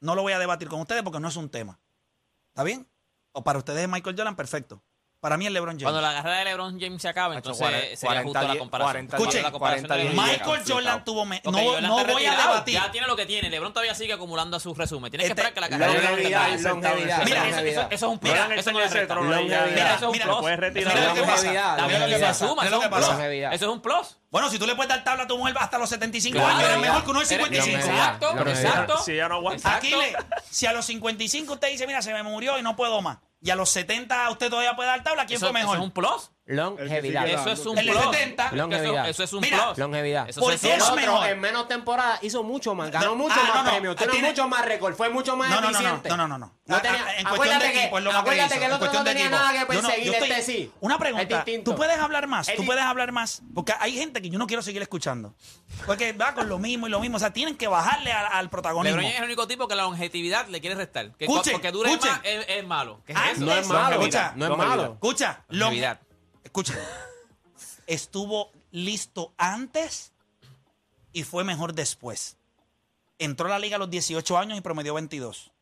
No lo voy a debatir con ustedes porque no es un tema. ¿Está bien? O para ustedes es Michael Jordan, perfecto. Para mí es LeBron Cuando James. la carrera de LeBron James se acaba, Hacho, entonces cuarenta- sería justo cuarenta- la comparación. cuarenta- Escuchen, la comparación de cuarenta- LeBron James. Michael Jordan tuvo... me- Ok, no Jordan no está voy a retirado, debatir. Ya tiene lo que tiene. LeBron todavía sigue acumulando a sus resúmenes. Tienes Este- que esperar que la carrera de LeBron Longevidad, se acabe. Mira, Eso, longevidad. eso- longevidad. eso es un Jordan piedra. Eso no es enseña ese retorno. trono ya, Mira, ya. Eso es un mira, Lo plus. puedes retirar. Mira lo que pasa. Longevidad, La Mira lo que vida se pasa. suma, Mira eso lo es que un pasa. plus. Eso es un plus. Bueno, si tú le puedes dar tabla a tu mujer hasta los 75 Claro. años, eres mejor que uno de Eres- 55. Longevidad. Exacto, Longevidad. exacto. Si ella no aguanta. Exacto. Aquiles, si a los 55 usted dice, mira, se me murió y no puedo más, y a los 70 usted todavía puede dar tabla, ¿quién Eso fue eso mejor? es un plus. Longevidad. El que Eso sigue es un El de plus. 70. Es que eso- Longevidad. Eso es un Mira, plus. Longevidad. Eso ¿Por es qué un es El plus. otro, mejor. en menos temporada hizo mucho más, ganó No, mucho ah, más no, no. premios, tuvo Tiene- mucho más récord, fue mucho más No, no, no, eficiente. no, no, no, no. Ah, ah, tenía- en cuestión acuérdate de equipo que, es lo más que acuérdate hizo, que el en otro no cuestión de tenía equipo. nada que Yo no, perseguir, yo estoy- este sí. Una Es pregunta, distinto. tú puedes hablar más, tú di- puedes hablar más, porque hay gente que yo no quiero seguir escuchando, porque va con lo mismo y lo mismo, o sea, tienen que bajarle al, al protagonismo. LeBron James es el único tipo que la longevidad le quiere restar. Que Escuchen, porque dure escuchen. más es, es malo. ¿Qué es Ah, eso? No es malo, Longevidad, no es longevidad. malo. Escucha, lo, Longevidad. escucha, estuvo listo antes y fue mejor después. Entró a la liga a los 18 años y promedió 22.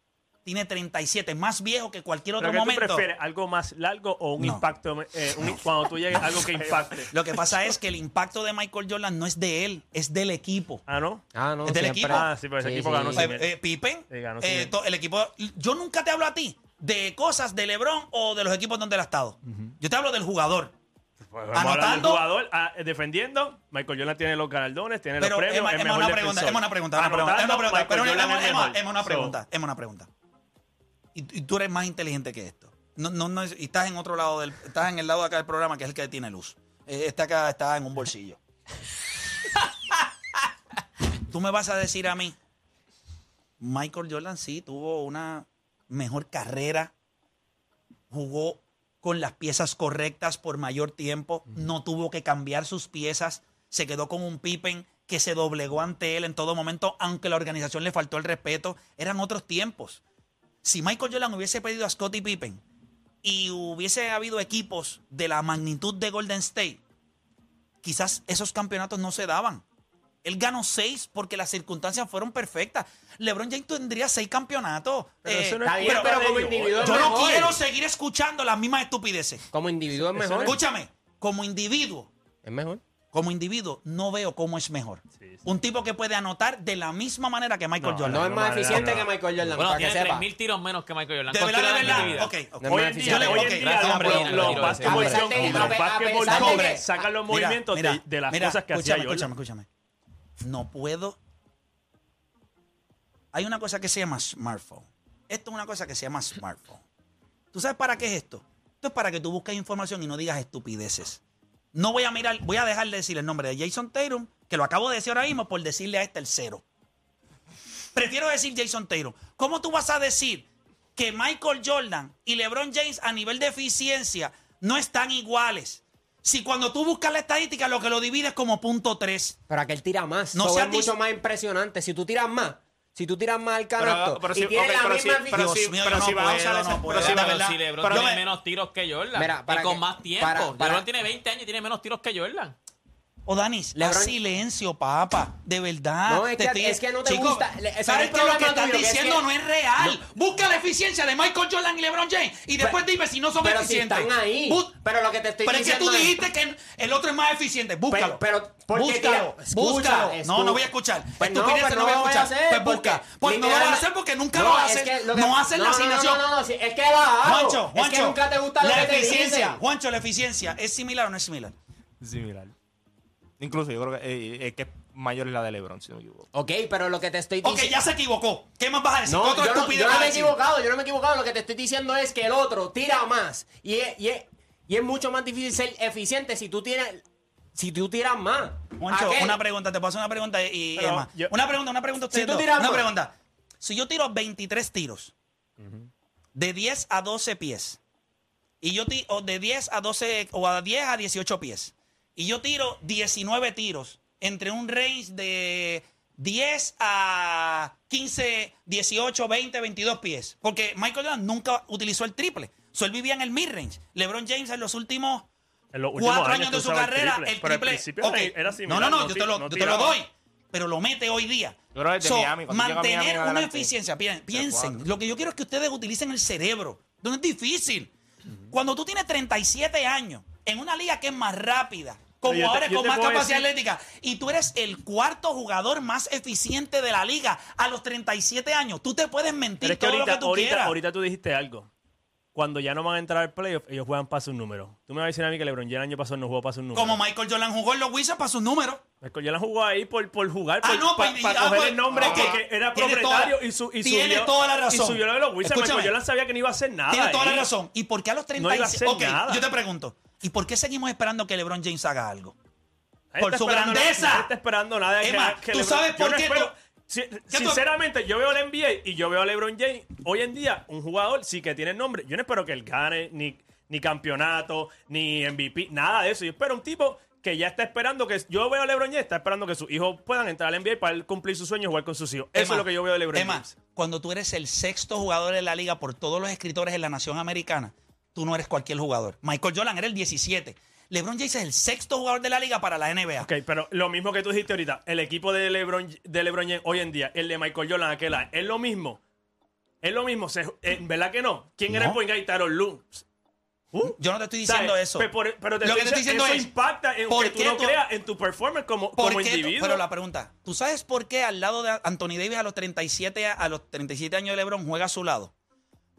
Tiene 37, más viejo que cualquier otro ¿Pero qué tú momento. prefieres? ¿Algo más largo o un No. impacto? eh, un- cuando tú llegues, algo que impacte. Lo que pasa es que el impacto de Michael Jordan no es de él, es del equipo. Ah, ¿no? Ah, no, Es del siempre. equipo. Ah, sí, pero ese equipo ganó Eh, sin él. eh, Pippen, Sí, ganó eh, sin él. to- el equipo. Yo nunca te hablo a ti de cosas de LeBron o de los equipos donde él ha estado. Yo te hablo del jugador. Pues vamos a hablar del Anotando. jugador, ah, defendiendo. Michael Jordan tiene los galardones, tiene Pero los premios. Emma, es Emma, mejor una pregunta, defensor. Ah, Emma, una pregunta, una pregunta, Emma, Anotando, una pregunta, pero Michael Emma, Jordan es Emma, mejor. Emma, una So, pregunta, Emma, una pregunta. Y, y tú eres más inteligente que esto. No, no, no, es- y estás en otro lado del, estás en el lado de acá del programa que es el que tiene luz. Eh, Este acá está en un bolsillo. tú me vas a decir a mí, Michael Jordan sí tuvo una mejor carrera, jugó con las piezas correctas por mayor tiempo, no tuvo que cambiar sus piezas, se quedó con un Pippen que se doblegó ante él en todo momento, aunque la organización le faltó el respeto, eran otros tiempos. Si Michael Jordan hubiese pedido a Scottie Pippen y hubiese habido equipos de la magnitud de Golden State, quizás esos campeonatos no se daban. Él ganó seis porque las circunstancias fueron perfectas. LeBron James tendría seis campeonatos. Pero Eh, eso no es Está bien, culpa pero de como ellos. individuo es yo no mejor. quiero seguir escuchando las mismas estupideces. Como individuo es mejor. Escúchame, como individuo, Es mejor. como individuo, no veo cómo es mejor. Sí, sí. Un tipo que puede anotar de la misma manera que Michael No, Jordan. No es más no, no, eficiente no. que Michael Jordan, Bueno, para que tiene sepa. 3.000 tiros menos que Michael Jordan. de verdad, de Construida en verdad. vida. Ok, ok. No es más Hoy en día, eficiente. hoy en día Gracias, los hombre, ba- hombre, los hombre. basketball A pesar de- junkies, a los pe- a basketball pesar de junkies que- sacan los Mira, movimientos mira, de, de las mira, cosas que hacía escúchame, Jordan. escúchame, escúchame. No puedo. Hay una cosa que se llama smartphone. Esto es una cosa que se llama smartphone. ¿Tú sabes para qué es esto? Esto es para que tú busques información y no digas estupideces. No voy a mirar, voy a dejar de decir el nombre de Jason Tatum, que lo acabo de decir ahora mismo por decirle a este el cero. Prefiero decir Jason Tatum. ¿Cómo tú vas a decir que Michael Jordan y LeBron James a nivel de eficiencia no están iguales? Si cuando tú buscas la estadística lo que lo divides como punto 3. Pero aquel tira más. No No seas es dis- mucho más impresionante. Si tú tiras más, si tú tiras más al Pero, canasto pero y si, tienes ok, la pero si, misma pero efici- si, Dios mío, pero yo si no vamos a puedo, usar no ese- puedo. pero De si Pero vamos- verdad. si LeBron pero tiene me- menos tiros que Jordan. Mira, para y con que- más tiempo. para- para- LeBron tiene 20 años y tiene menos tiros que Jordan. O Danis, Oh, haz LeBron- silencio, papá. De verdad. No, es que- es que no te gusta. Le- ese es Sabes el que lo que problema estás tuyo, que es diciendo que- no es real. Busca la eficiencia de Michael Jordan y LeBron James. Y después dime si no son Pero si eficientes. están ahí. Bu- Pero lo que te estoy Pero es que diciendo tú dijiste que el otro es más eficiente. Búscalo. Pero- pero, ¿por qué búscalo. tira- escucha, búscalo. escucha. No, no voy a escuchar. Pues no, Estupideces pero no voy a lo escuchar. hacer, pues busca. porque Pues no lo vas a literalmente- hacer porque nunca No, lo vas a es hacer. que lo que- no hacen la no, no, no, asignación. No, no, no, si- es que la hago. Juancho, Es que Juancho, nunca te gusta lo la que te eficiencia. dicen. Juancho, la eficiencia, ¿es similar o no es similar? Similar. Incluso yo creo que, eh, eh, que es mayor es la de LeBron, si no me equivoco. Ok, pero lo que te estoy Ok, diciendo... ya se equivocó. ¿Qué más vas a decir? No, Otro yo no, estupidez yo no vas a me he decir. equivocado, yo no me he equivocado. Lo que te estoy diciendo es que el otro tira más. Y es, y es- y es mucho más difícil ser eficiente si tú tienes si tú tiras más. Moncho, ¿A qué? una pregunta, te puedo hacer una pregunta y, y Pero Emma. yo- Una pregunta, una pregunta a ustedes tú dos. tiras Una más. pregunta. Si yo tiro 23 tiros de 10 a 12 pies y yo ti- o de 10 a 12 o a 10 a 18 pies y yo tiro 19 tiros entre un range de 10 a 15, 18, 20, 22 pies, porque Michael Jordan nunca utilizó el triple. So, él vivía en el mid-range. LeBron James en los últimos En los últimos cuatro años tú de su usabas el carrera, el Pero al triple. principio ok. era similar. no, no, no, yo, ti- te lo, yo te lo tiraba. doy, pero lo mete hoy día. Yo creo que desde Miami, cuando llega a mantener Miami en una adelante. eficiencia, pi- piensen, cuatro. lo que yo quiero es que ustedes utilicen el cerebro, donde es difícil. Cuando tú tienes 37 años, en una liga que es más rápida, con Pero yo te- jugadores yo con te más puedo capacidad decir- atlética, y tú eres el cuarto jugador más eficiente de la liga a los 37 años, tú te puedes mentir Pero es que todo ahorita, lo que tú ahorita, quieras. ahorita tú dijiste algo. Cuando ya no van a entrar al playoff, ellos juegan para sus números. Tú me vas a decir a mí que LeBron James el año pasado no jugó para sus números. Como Michael Jordan jugó en los Wizards para sus números. Michael Jordan jugó ahí por, por jugar, Ah, por, no, para pues, ah, coger pues, el nombre ok. porque era Tiene propietario toda- y, su, y subió. tiene toda la razón. Y subió lo de los Wizards. Escúchame. Michael Jordan sabía que no iba a hacer nada. Tiene toda la ahí. razón. ¿Y por qué a los No iba a 36? hacer ok, nada. yo te pregunto. ¿Y por qué seguimos esperando que LeBron James haga algo? Nadie por está su esperando nada, grandeza. nadie está esperando nada. de Emma, tú LeBron- sabes yo por no qué espero- tú- Si- tú- sinceramente, yo veo la NBA y yo veo a LeBron James. Hoy en día, un jugador sí que tiene el nombre. Yo no espero que él gane ni, ni campeonato, ni MVP, nada de eso. Yo espero un tipo que ya está esperando que. Yo veo a LeBron James, está esperando que sus hijos puedan entrar al NBA para él cumplir su sueño y jugar con sus hijos. Eso Emma, es lo que yo veo de LeBron Emma, James. cuando tú eres el sexto jugador de la liga por todos los escritores en la nación americana, tú no eres cualquier jugador. Michael Jordan era el 17. LeBron James es el sexto jugador de la liga para la NBA. Ok, pero lo mismo que tú dijiste ahorita, el equipo de LeBron, de LeBron James hoy en día, el de Michael Jordan aquel año, es lo mismo. Es lo mismo, se- eh, ¿verdad que no? ¿Quién era el No. point guard? Tyronn Lue. Uh, Yo no te estoy ¿sabes? diciendo eso. Pe- por- pero te Lo estoy que te estoy diciendo diciendo, eso es, impacta en ¿por que tú qué no tú- creas en tu performance como, ¿Por como qué tú- individuo. Pero la pregunta, ¿tú sabes por qué al lado de Anthony Davis a los 37, a- a los 37 años de LeBron juega a su lado?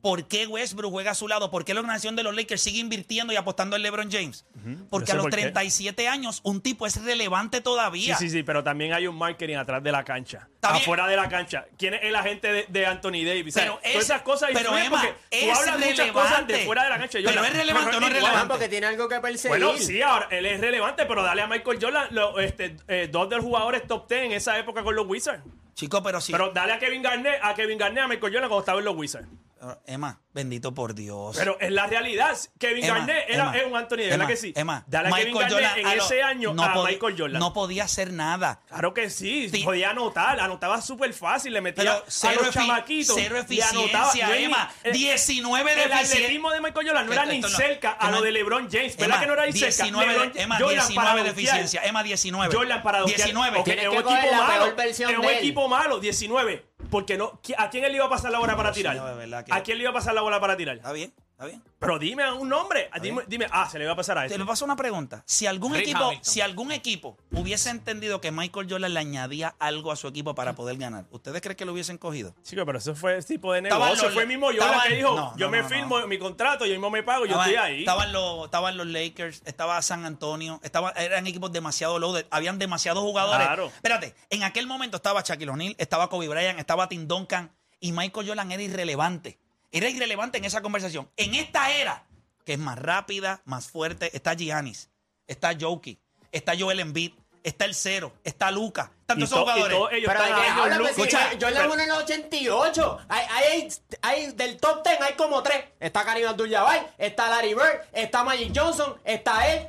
¿Por qué Westbrook juega a su lado? ¿Por qué la organización de los Lakers sigue invirtiendo y apostando en LeBron James? Porque yo sé a los por qué. 37 años un tipo es relevante Sí, todavía. sí, sí, pero también hay un marketing atrás de la cancha. Está bien. afuera de la cancha. ¿Quién es el agente de, de Anthony Davis? Pero O sea, todas es- esas cosas pero, influyen Emma, porque tú es hablas muchas cosas de relevante. fuera de la cancha. Yo Pero la- es relevante o no es igual. relevante. Ah, Porque tiene algo que perseguir. Este Bueno, sí, ahora él es relevante, pero dale a Michael Jordan lo- este, eh, dos de los jugadores top 10 en esa época con los Wizards. Chico, pero sí. Pero dale a Kevin Garnett, a Kevin Garnett, a Michael Jordan cuando estaba en los Wizards. Eh, Emma, bendito por Dios. Pero es la realidad. Kevin Emma, Garnett era Emma, es un Anthony, Davis, ¿verdad Emma, que sí? Emma, dale a Kevin Garnett en a lo- ese año a pod- Michael Jordan. No podía hacer nada. Claro que sí, Sí. podía anotar, anotaba súper fácil, le metía Pero a cero, los efi- chamaquitos. cero le anotaba. Yo eficiencia, ni- Emma. eh, 19 de el eficiencia. atletismo de Michael Jordan no era ni Esto no- cerca que a no- lo de LeBron James. ¿Verdad Emma, que no era ni cerca? 19 de- LeBron- Emma, Jordan 19 de para doquear. eficiencia. Emma, 19. Jordan para doquear. 19. Ok, Tienes es un que equipo coger la malo. peor versión Es un de él. equipo malo. 19. Porque no, ¿qui- ¿A quién él le iba a pasar la bola para tirar? señor, de verdad que- Ah. ¿A quién le iba a pasar la bola para tirar? Está bien, está bien. Pero dime a un nombre. Dime, dime, ah, se le iba a pasar a Te este. lo paso una pregunta. Si algún Rick equipo, Hamilton. si algún equipo hubiese entendido que Michael Jordan le añadía algo a su equipo para poder ganar, ¿ustedes creen que lo hubiesen cogido? Chico, pero eso fue ese tipo de Estaban negocio. los- fue el mismo Jordan estaban- que dijo, no, yo no, me no, firmo mi contrato, yo mismo me pago, yo Estaban- estoy ahí. Estaban los, estaban los Lakers, estaba San Antonio, estaba, eran equipos demasiado loaded, habían demasiados jugadores. Claro. Espérate, en aquel momento estaba Shaquille O'Neal, estaba Kobe Bryant, estaba Tim Duncan y Michael Jordan era irrelevante. Era irrelevante en esa conversación. En esta era, que es más rápida, más fuerte, está Giannis, está Jokic, está Joel Embiid, está el Cero, está Luca, Y tantos to- y jugadores. todos ellos Pero de estaban qué ahí, hablas, Luke. pues, si Escucha, yo- yo le pero- uno en el 88. Hay, hay, hay- del top 10 hay como tres. Está Karim Abdul-Jabbar, está Larry Bird, está Magic Johnson, está él,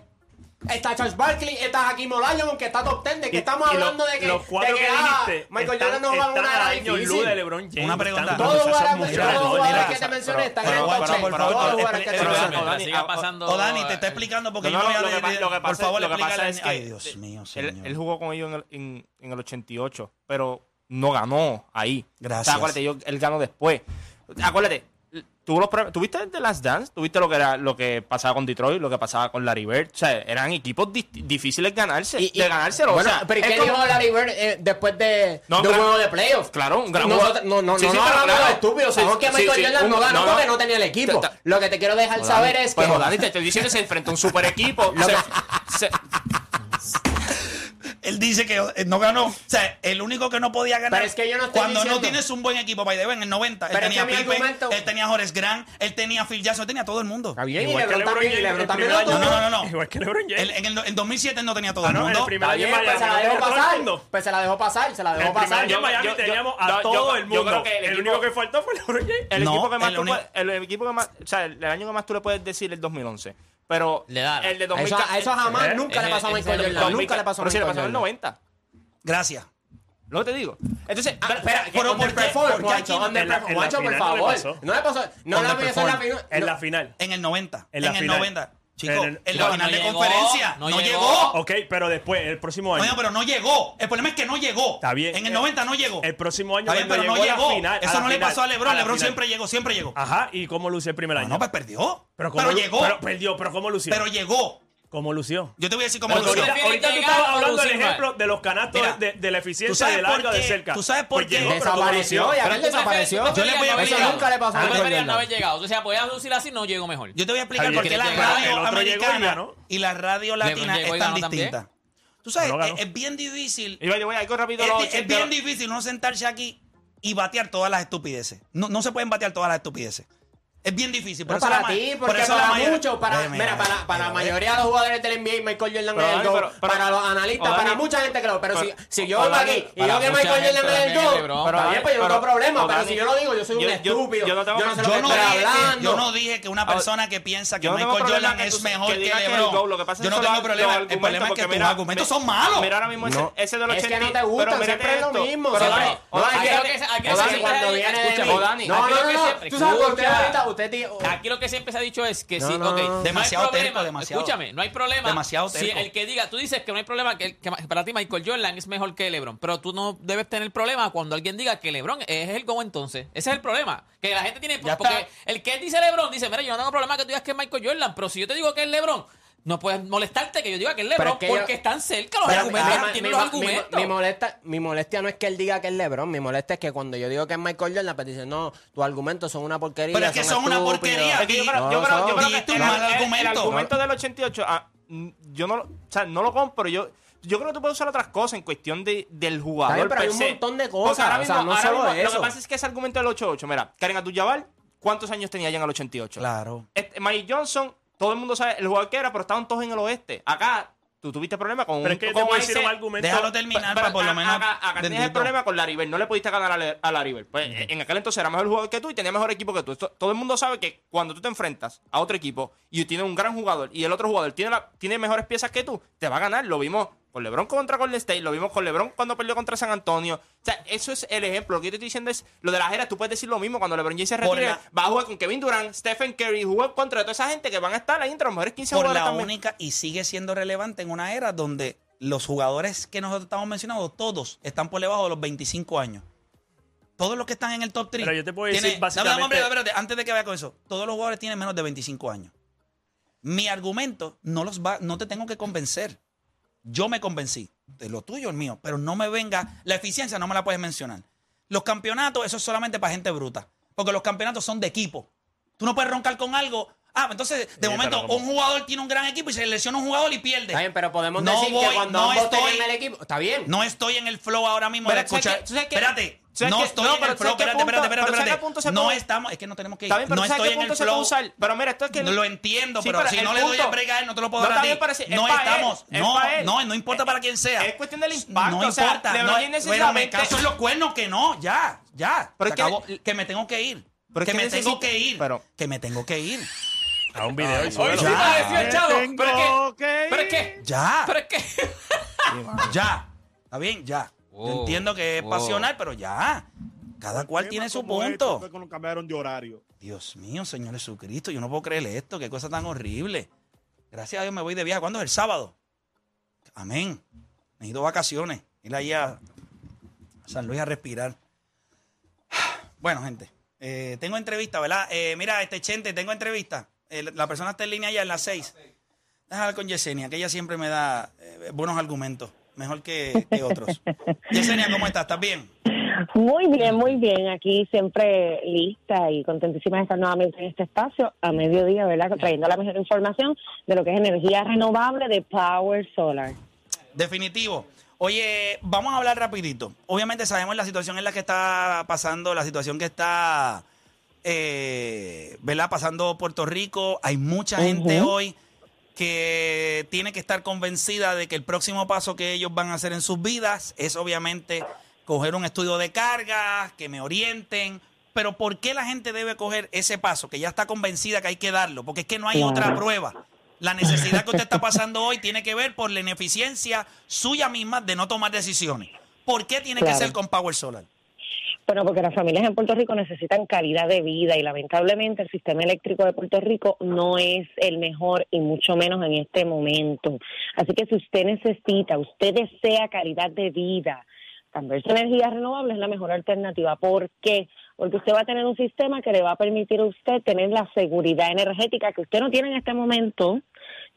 está Charles Barkley, está Hakim Olajuwon, que está top 10. ¿De que Y- estamos y lo- hablando de que, los cuatro de que, que, ah, dijiste Michael están, Jordan no va a están una era a años difícil. luz de LeBron James. Una pregunta. Están- Todos Todos son jugadores muchachos, todos mira, jugadores que te mencioné están en Pero el guacha, top 10. por Todos favor, jugadores que espera, te espera, mencioné. espera. Mientras siga pasando- O Dani, te está explicando porque No, yo no, voy a lo que de- pa- de- lo que Por pasa- favor, lo que pasa explícale. es que Ay, Dios mío, Él, señor. él jugó con ellos en el, en- en el 88, pero no ganó ahí. Gracias. O sea, acuérdate, yo- él ganó después. Acuérdate, tuvo los problemas- ¿tuviste el de Last Dance? ¿Tuviste lo que, era, lo que pasaba con Detroit, lo que pasaba con Larry Bird? O sea, eran equipos dis- difíciles ganarse, Y- y- de ganárselo. Bueno, o sea, pero ¿y es ¿qué como- dijo Larry Bird eh, después de, No, de un claro. juego de playoffs? Claro, un gran Nosotros- No, no, no, Sí, sí, pero no hablamos claro. de estúpidos, Sí, sabemos que sí, Michael sí, Jordan un- no ganó no, no. porque no tenía el equipo. Ta- ta- Lo que te quiero dejar Pues, saber Dani, es que... pues, Dani, te estoy diciendo que se enfrentó a un super equipo. se- se- Él dice que eh, no ganó. O sea, el único que no podía ganar. Pero es que yo no estoy Cuando diciendo- no tienes un buen equipo, by the way, en el 90. Él Pero es tenía que mi Pippen, argumento- él tenía Horace Grant, él tenía Phil Jackson, él tenía todo el mundo. Está bien, y Igual que LeBron también, y LeBron LeBron James también en el lo No, primer no, tuvo. no, no. Igual que LeBron James. Él- en, el, do- en 2007 él no tenía todo Ah, el no, en mundo. el primer Está año bien, en Miami pues se la tenía dejó todo el pasar. mundo. Pues se la dejó pasar, se la El dejó primer pasar. año en Miami yo- yo- teníamos yo- a yo- todo el yo mundo. creo que el el, equipo- único que faltó fue LeBron James. El No, equipo que más el tú único- puedes- el equipo que más, o sea, el, el año que más tú le puedes decir el 2011, pero Le da. el de A eso, 2000, a eso jamás, Eh, nunca le eh, pasó a eh, Michael eh, Jordan. 2000, Nunca le pasó a pero sí le Michael pasó en el Jordan. 90. Gracias. Lo que te digo. Entonces, Ah, espera, que Pero ¿por qué? underperform, ¿Por qué Juancho, aquí no- en la- underperform. en la Juancho, por final no le favor. pasó. No le pasó. No le pasó en la Underperform. final. En no. la final. En el 90. En En, la el final. 90. Chico, En el- Oh, en la No, final no de llegó, conferencia. no No llegó. llegó. Ok, pero después, el próximo año. Oye, pero no llegó. El problema es que no llegó. Está bien. En el Eh, 90 no llegó. el próximo año Está bien, cuando pero no llegó a la llegó. final- a Eso la no le final, pasó a a LeBron. la LeBron final. siempre llegó, siempre llegó. Ajá, ¿y cómo lució el primer Ah, año? no, pues perdió. Pero, cómo lu- llegó. Pero Pero, perdió, pero ¿cómo lució? llegó. ¿Cómo lució? Yo te voy a decir cómo Porque lo lució. ahorita, hizo. prefieres ahorita tú llegar estabas o hablando del lucir mal? ejemplo de los canastos Mira, de, de la ¿Tú eficiencia sabes de por larga de qué? cerca. ¿Tú sabes por Pues qué? llegó, pero ¿cómo Desapareció. lució? Ya él desapareció. Yo le voy a Eso explicar. nunca le pasó No a Michael prefería no haber Jordan. llegado. O sea, podías lucir así, no llegó mejor. Yo te voy a explicar Está por bien. qué la Pero el radio otro llegó y americana ganó. y la radio latina LeBron llegó y es tan ganó también. distinta. Tú sabes, No ganó. es, es bien difícil. Iba, yo voy algo rápido. Es, los di- es 80. bien difícil no sentarse aquí y batear todas las estupideces. No, no se pueden batear todas las estupideces. Es bien difícil. Por No eso la para ma- ti, por porque eso la para mayoría- muchos, para, Oye, mira, para, para la mira, mayoría de los jugadores del NBA, Michael Jordan Pero, es el Dani, GOAT, pero- pero- para los analistas, pero, para Dani, mucha gente creo, pero si, pero- si yo pero, vengo Dani, aquí y para digo que mucha Michael gente Jordan es el también es GOAT, LeBron. está bien, pues yo no tengo pero- problema, pero Dani, si yo lo digo, yo soy un yo- yo- estúpido, yo no tengo- yo no sé lo que Yo no, estoy dije que, yo hablando. no dije que una persona que piensa que yo no tengo Michael problema Jordan que tú- es mejor que que, digas que el LeBron. go, lo que pasa es yo no que tengo los- problema. los el problema es argumentos, que porque tus mira, argumentos ve- son malos. Mira ahora mismo ese, ese del Es 80. que no te gustan, pero mira siempre es lo esto. mismo, Pero siempre. Dani, No, Dani, hay fíjate- que- aquí o lo Dani, que cuando se- viene de escúchame, mí. Dani, No, aquí lo no, no, que no, se- tú sabes por qué escucha. ahorita usted tiene- Aquí lo que siempre se ha dicho es que No, sí, no, ok. no. no hay Demasiado problema. terco, demasiado. Escúchame, no hay problema. Demasiado Si terco. el que diga, tú dices que no hay problema, que, que para ti Michael Jordan es mejor que LeBron, pero tú no debes tener problema cuando alguien diga que LeBron es el go entonces. Ese es el problema. Que la gente tiene. Ya porque está. el que dice LeBron dice, mira, yo no tengo problema que tú digas que es Michael Jordan, pero si yo te digo que es LeBron, no puedes molestarte que yo diga que es LeBron es que porque yo- están cerca los Pero argumentos. mi- tienen mi- los mi- mi- argumentos. Mi, molesta, mi molestia no es que él diga que es LeBron, mi molestia es que cuando yo digo que es Michael Jordan, pues dicen, no, tus argumentos son una porquería. Pero es que son una estúpidos". porquería. Es que yo creo, yo No, creo, yo son. creo Dijiste que un el- mal el- El, argumento. argumento del 88, ah, mm, yo no lo, o sea, no lo compro. Yo, yo creo que tú puedes usar otras cosas en cuestión de, del jugador. Está bien, pero per hay un se. montón de Porque cosas, ahora o sea, mismo- no ahora solo mismo, Lo eso. que pasa es que ese argumento del 88, mira, Karen Abdul-Jabbar, ¿cuántos años tenía ya en el 88? Claro. Este, Mike Johnson, todo el mundo sabe el jugador que era, pero estaban todos en el oeste. Acá, tú tuviste problemas con Pero un, es que te con voy a ese- decir un argumento. Déjalo terminar pero para por lo a- menos. Acá, acá tienes el bendito. problema con Laribel. No le pudiste ganar a, Le- a Laribel. Pues, En aquel entonces era mejor jugador que tú y tenía mejor equipo que tú. Esto- todo el mundo sabe que cuando tú te enfrentas a otro equipo y tiene un gran jugador y el otro jugador tiene, la- tiene mejores piezas que tú, te va a ganar. Lo vimos con LeBron contra Golden State, lo vimos con LeBron cuando perdió contra San Antonio. O sea, eso es el ejemplo. Lo que yo te estoy diciendo es lo de las eras. Tú puedes decir lo mismo cuando LeBron James se Por retire. la- Va a jugar con Kevin Durant, Stephen Curry, jugar contra toda esa gente que van a estar ahí entre los mejores 15 Por jugadores la también. única y sigue siendo relevante en una era donde los jugadores que nosotros estamos mencionando, todos están por debajo de los 25 años. Todos los que están en el top 3. Pero yo te puedo decir básicamente- antes de que vaya con eso, todos los jugadores tienen menos de 25 años. Mi argumento no los va, no te tengo que convencer. Yo me convencí de lo tuyo, el mío, pero no me venga. La eficiencia no me la puedes mencionar. Los campeonatos, eso es solamente para gente bruta. Porque los campeonatos son de equipo. Tú no puedes roncar con algo. Ah, entonces, de Sí, momento, pero como- un jugador tiene un gran equipo y se lesiona un jugador y pierde. Está bien, pero podemos No decir que voy, cuando no ambos estoy- tenían el equipo. Está bien. No estoy en el flow ahora mismo Pero de tú sabes escuchar. que- tú sabes que- espérate, tú sabes no que- estoy no, en pero el tú sabes flow. que Espérate, punto- espérate, pero espérate, tú sabes que espérate. punto se No puede- estamos, es que no tenemos que ir. Está bien, pero no tú sabes estoy qué en punto el se puede flow. usar. Pero mira, esto es que. Lo entiendo, Sí, pero, si el no le doy punto- el break a él, no te lo puedo No, dar a está ti. bien, pero si- es no pa' él, estamos. es no, pa' él. no, no importa para quién sea. es cuestión del impacto, No o sea, importa. LeBron no, James pero me necesariamente- caso en los cuernos que no. Ya, ya. se Pero es que- acabó, que, me tengo que ir. Pero es que, que me necesito- tengo que ir. pero- que me tengo que ir. A un video y Hoy súbelo. sí va a Ya. decir el chavo. Tengo Pero es que que. Pero es ir. que. Ya. Pero es que. Ya. ¿Está bien? Ya. Yo Wow, entiendo que es wow. pasional, pero ya. Cada cual tiene su Como punto. esto, fue cuando cambiaron de horario. Dios mío, Señor Jesucristo, yo no puedo creerle esto, qué cosa tan horrible. Gracias a Dios me voy de viaje. ¿Cuándo es el sábado? Amén. Necesito vacaciones. Ir allá a San Luis a respirar. Bueno, gente, eh, tengo entrevista, ¿verdad? Eh, mira, este Chente, tengo entrevista. Eh, la persona está en línea ya en las seis. Déjame hablar con Yesenia, que ella siempre me da eh, buenos argumentos, mejor que, que otros. Yesenia, ¿cómo estás? ¿Estás bien? Muy bien, muy bien. Aquí siempre lista y contentísima de estar nuevamente en este espacio a mediodía, ¿verdad? Trayendo la mejor información de lo que es energía renovable de Power Solar. Definitivo. Oye, vamos a hablar rapidito. Obviamente sabemos la situación en la que está pasando, la situación que está, eh, ¿verdad? Pasando Puerto Rico. Hay mucha gente hoy que tiene que estar convencida de que el próximo paso que ellos van a hacer en sus vidas es obviamente coger un estudio de cargas, que me orienten. Pero ¿por qué la gente debe coger ese paso? Que ya está convencida que hay que darlo, porque es que no hay otra prueba. La necesidad que usted está pasando hoy tiene que ver por la ineficiencia suya misma de no tomar decisiones. ¿Por qué tiene Claro. que ser con Power Solar? Bueno, porque las familias en Puerto Rico necesitan calidad de vida y lamentablemente el sistema eléctrico de Puerto Rico no es el mejor y mucho menos en este momento. Así que si usted necesita, usted desea calidad de vida, cambiarse a energías renovables es la mejor alternativa. ¿Por qué? Porque usted va a tener un sistema que le va a permitir a usted tener la seguridad energética que usted no tiene en este momento.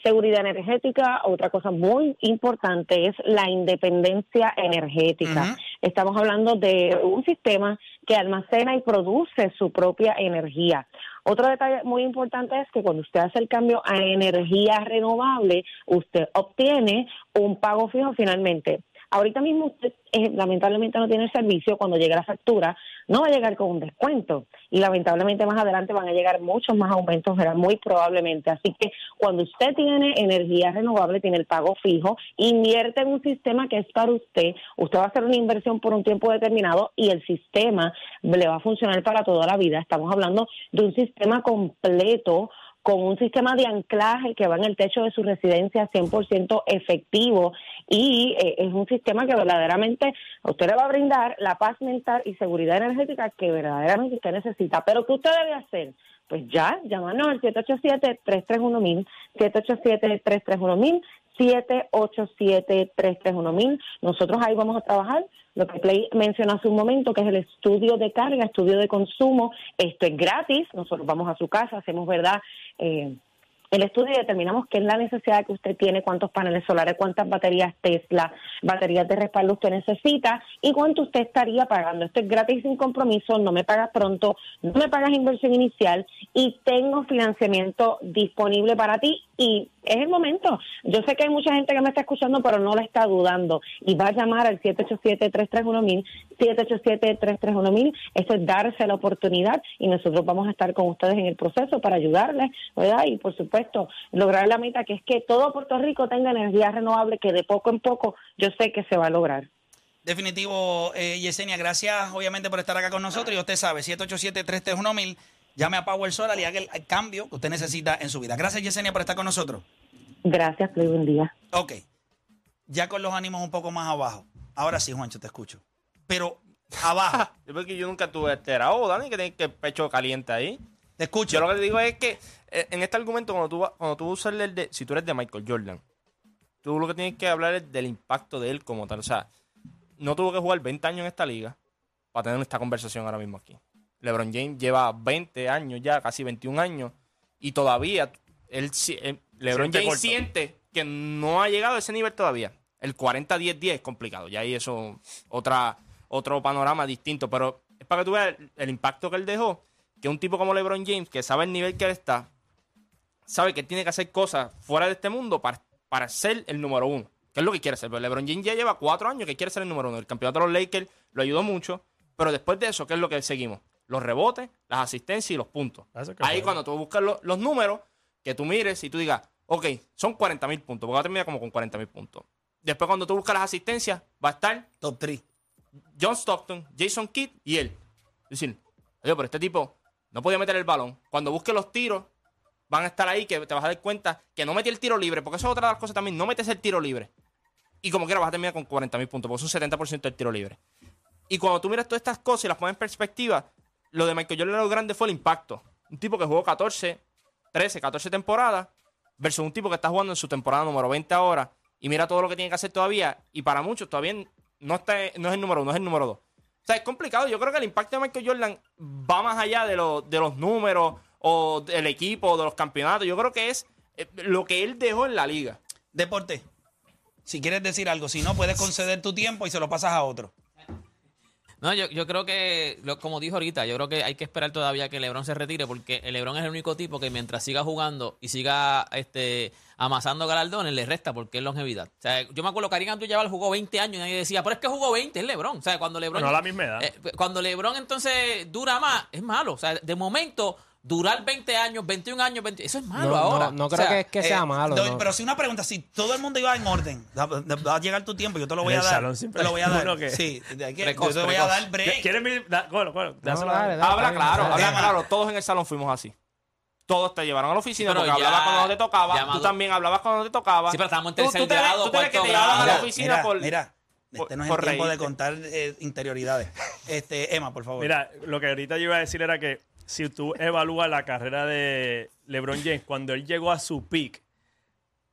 Seguridad energética, otra cosa muy importante es la independencia energética. Ujú. Estamos hablando de un sistema que almacena y produce su propia energía. Otro detalle muy importante es que cuando usted hace el cambio a energía renovable, usted obtiene un pago fijo finalmente. Ahorita mismo usted eh, lamentablemente no tiene el servicio, cuando llegue la factura no va a llegar con un descuento y lamentablemente más adelante van a llegar muchos más aumentos, ¿verdad? muy probablemente. Así que cuando usted tiene energía renovable, tiene el pago fijo, invierte en un sistema que es para usted, usted va a hacer una inversión por un tiempo determinado y el sistema le va a funcionar para toda la vida. Estamos hablando de un sistema completo con un sistema de anclaje que va en el techo de su residencia 100% efectivo y eh, es un sistema que verdaderamente a usted le va a brindar la paz mental y seguridad energética que verdaderamente usted necesita. Pero ¿qué usted debe hacer? Pues ya, llámanos al 787-331-1000, 787-331-1000, 787-331-1000. Nosotros ahí vamos a trabajar lo que Play mencionó hace un momento, que es el estudio de carga, estudio de consumo. Esto es gratis. Nosotros vamos a su casa, hacemos verdad. Eh, el estudio y determinamos qué es la necesidad que usted tiene, cuántos paneles solares, cuántas baterías Tesla, baterías de respaldo usted necesita y cuánto usted estaría pagando. Esto es gratis sin compromiso, no me pagas pronto, no me pagas inversión inicial y tengo financiamiento disponible para ti y es el momento. Yo sé que hay mucha gente que me está escuchando pero no la está dudando y va a llamar al 787-331-1000, 787-331-1000. Esto es darse la oportunidad y nosotros vamos a estar con ustedes en el proceso para ayudarles, ¿verdad? Y por supuesto, lograr la meta que es que todo Puerto Rico tenga energía renovable, que de poco en poco yo sé que se va a lograr. Definitivo, eh, Yesenia, gracias obviamente por estar acá con nosotros. Y usted sabe, 787-331-1000, llame a Power Solar y haga el cambio que usted necesita en su vida. Gracias, Yesenia, por estar con nosotros. Gracias, Play, buen día. Ok, ya con los ánimos un poco más abajo. Ahora sí, Juancho, te escucho. Pero abajo, Yo porque yo nunca tuve esterado, Dani, que tiene que pecho caliente ahí. te escucho. Yo lo que te digo es que eh, en este argumento, cuando tú, va- cuando tú usas el de. Si tú eres de Michael Jordan, tú lo que tienes que hablar es del impacto de él como tal. O sea, no tuvo que jugar 20 años en esta liga para tener esta conversación ahora mismo aquí. LeBron James lleva 20 años ya, casi 21 años, y todavía él, si- él- LeBron Siente James corto. siente que no ha llegado a ese nivel todavía. El 40-10-10 es complicado, ya ahí eso otra otro panorama distinto, pero es para que tú veas el, el impacto que él dejó, que un tipo como LeBron James, que sabe el nivel que él está, sabe que él tiene que hacer cosas fuera de este mundo para, para ser el número uno. Que es lo que quiere ser. Pero LeBron James ya lleva cuatro años que quiere ser el número uno. El campeonato de los Lakers lo ayudó mucho. Pero después de eso, ¿qué es lo que seguimos? Los rebotes, las asistencias y los puntos. Eso es que Ahí bueno. cuando tú buscas lo- los números, que tú mires y tú digas, ok, son 40 mil puntos. Porque va a terminar como con 40 mil puntos. Después cuando tú buscas las asistencias, va a estar Top 3. John Stockton, Jason Kidd y él. Es decir, oye, pero este tipo no podía meter el balón. Cuando busque los tiros, van a estar ahí que te vas a dar cuenta que no metí el tiro libre, porque eso es otra de las cosas también, no metes el tiro libre. Y como quiera vas a terminar con 40 mil puntos, porque es un 70% del tiro libre. Y cuando tú miras todas estas cosas y las pones en perspectiva, lo de Michael Jordan lo grande fue el impacto. Un tipo que jugó 14, 13, 14 temporadas versus un tipo que está jugando en su temporada número 20 ahora y mira todo lo que tiene que hacer todavía y para muchos todavía no, está, no es el número uno, es el número dos. O sea, es complicado. Yo creo que el impacto de Michael Jordan va más allá de, lo- de los números o del equipo o de los campeonatos. Yo creo que es eh, lo que él dejó en la liga. Deporte, si quieres decir algo, si no, puedes conceder tu tiempo y se lo pasas a otro. No, yo, yo creo que, lo- como dijo ahorita, yo creo que hay que esperar todavía que LeBron se retire porque el LeBron es el único tipo que mientras siga jugando y siga este, amasando galardones, le resta porque es longevidad. O sea, yo me acuerdo, Karim Abdul-Jabbar jugó 20 años y nadie decía, pero es que jugó 20, es LeBron. O sea, cuando LeBron... Pero no a la misma edad. Eh, cuando LeBron entonces dura más, es malo. O sea, de momento, durar 20 años, 21 años, 20 eso es malo No, ahora. no, no Ah, O creo sea, que, que sea Eh, malo. doy- no. Pero si una pregunta, si todo el mundo iba en orden, da- da- va a llegar tu tiempo, yo te lo En voy a el dar. salón siempre te lo voy a hay dar. uno que- Sí, de aquí- Precoz, yo te voy a precoz. dar break. ¿Quieres mi.? da- bueno, bueno, No, dáselo a- dale, dale, Habla dale, claro, dale. habla Tema. claro. Todos en el salón fuimos así. Todos te llevaron a la oficina Sí, pero porque ya- hablabas cuando no te tocaba. ya tú maduro. también hablabas cuando no te tocaba. Sí, pero estábamos en Tú- tú tercer te- grado, tú tenías que cuarto te llevaban a la grado. oficina mira, por... mira, este por- no es por el tiempo de reírte. contar eh, interioridades. Este, Emma, por favor. Mira, lo que ahorita yo iba a decir era que si tú evalúas la carrera de LeBron James, cuando él llegó a su peak,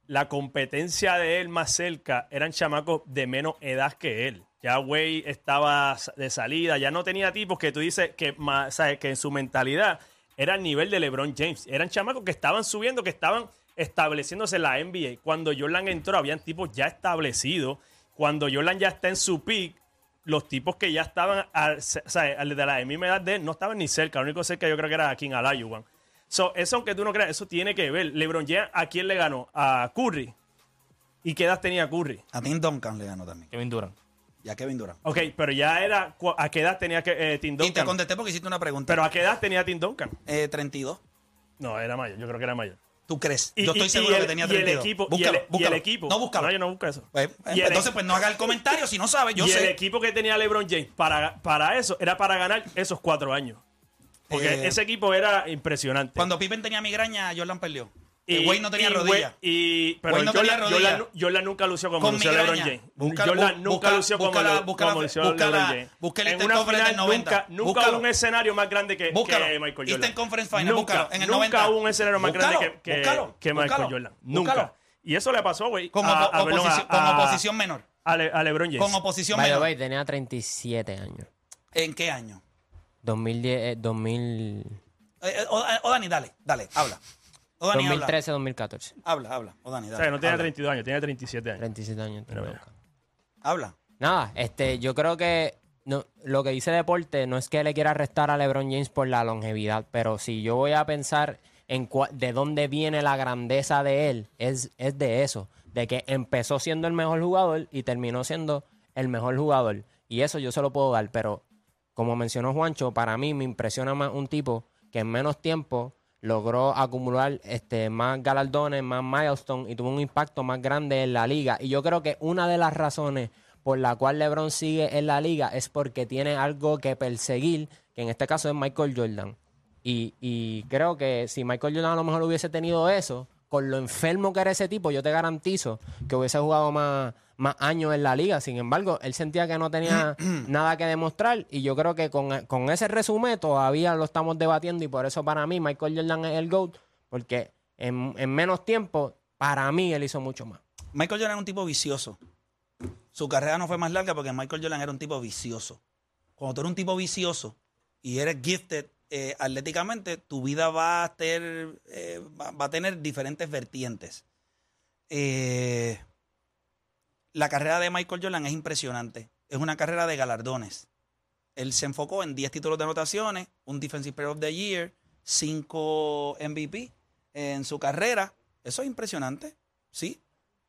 la competencia de él más cerca eran chamacos de menos edad que él. Ya Way estaba sa- de salida, ya no tenía tipos que tú dices que, más, sabes, que en su mentalidad era el nivel de LeBron James. Eran chamacos que estaban subiendo, que estaban estableciéndose en la NBA. Cuando Jordan entró, habían tipos ya establecidos. Cuando Jordan ya está en su peak, los tipos que ya estaban al- se- o sea, al- de la misma edad de él no estaban ni cerca. Lo único cerca yo creo que era King Olajuwon. So, eso aunque tú no creas, eso tiene que ver. LeBron James, ¿a quién le ganó? A Curry. ¿Y qué edad tenía Curry? A Tim Duncan le ganó también. Kevin Durant. Y a Kevin Durant. Ok, pero ya era... cu- ¿A qué edad tenía que, eh, Tim Y te Duncan? contesté porque hiciste una pregunta. Pero ¿a qué edad tenía Tim Duncan? Eh, 32. No, era mayor. Yo creo que era mayor. ¿Tú crees? Y- yo estoy y- seguro y el- que tenía y el 32. equipo- y el- búscalo, y el búscalo. equipo- No, búscalo. No, yo no busco eso. Pues, eh, Y el- entonces, pues no haga el comentario si no sabe. Yo y el sé. equipo que tenía LeBron James para, para eso era para ganar esos cuatro años. Porque Eh, ese equipo era impresionante. Cuando Pippen tenía migraña, Jordan perdió. Y Wade no tenía y rodilla. Wade- y, pero Wade no Jordan, tenía rodilla. Jordan nu- Jordan nunca lució como Con lució migraña. LeBron James. Busca- Jordan bu- nunca busca- lució como, busca la- lo- busca como la- lució busca LeBron la- James. busca el en Eastern una Conference final del 90. nunca, nunca Búscalo. hubo un escenario más grande que, Búscalo. que Michael Jordan. Eastern Conference Final, Nunca, búscalo, en el nunca 90. hubo un escenario más grande Búscalo, que, que- búscalo, que Michael búscalo, Jordan. Nunca. búscalo. Y eso le pasó, güey. Con, a- opo- a- Ah, perdón, a- oposición, con a- oposición menor. A, Le- a LeBron James. Con oposición By the menor. way, tenía 37 años. ¿En qué año? 2010, eh, 2000, Eh, eh, o, eh, o Dani, dale, dale, habla. O Dani, habla. 2013, 2014. Habla, habla. O Dani, o dale. sea, no tenía habla. 32 años, tenía 37 años. 37 años. Mira, mira. tengo. Habla. Nada, este, yo creo que no, lo que dice Deporte no es que le quiera restar a LeBron James por la longevidad, pero si yo voy a pensar en cua- de dónde viene la grandeza de él, es, es de eso, de que empezó siendo el mejor jugador y terminó siendo el mejor jugador. Y eso yo se lo puedo dar, pero como mencionó Juancho, para mí me impresiona más un tipo que en menos tiempo logró acumular este, más galardones, más milestones y tuvo un impacto más grande en la liga. Y yo creo que una de las razones por la cual LeBron sigue en la liga es porque tiene algo que perseguir, que en este caso es Michael Jordan. Y, y creo que si Michael Jordan a lo mejor hubiese tenido eso, con lo enfermo que era ese tipo, yo te garantizo que hubiese jugado más, más años en la liga. Sin embargo, él sentía que no tenía nada que demostrar y yo creo que con, con ese resumen todavía lo estamos debatiendo y por eso para mí Michael Jordan es el GOAT, porque en, en menos tiempo, para mí él hizo mucho más. Michael Jordan era un tipo vicioso. Su carrera no fue más larga porque Michael Jordan era un tipo vicioso. Cuando tú eres un tipo vicioso y eres gifted eh, atléticamente, tu vida va a, ter, eh, va va a tener diferentes vertientes. Eh, la carrera de Michael Jordan es impresionante. Es una carrera de galardones. Él se enfocó en 10 títulos de anotaciones, un Defensive Player of the Year, 5 MVP en su carrera. Eso es impresionante, ¿sí?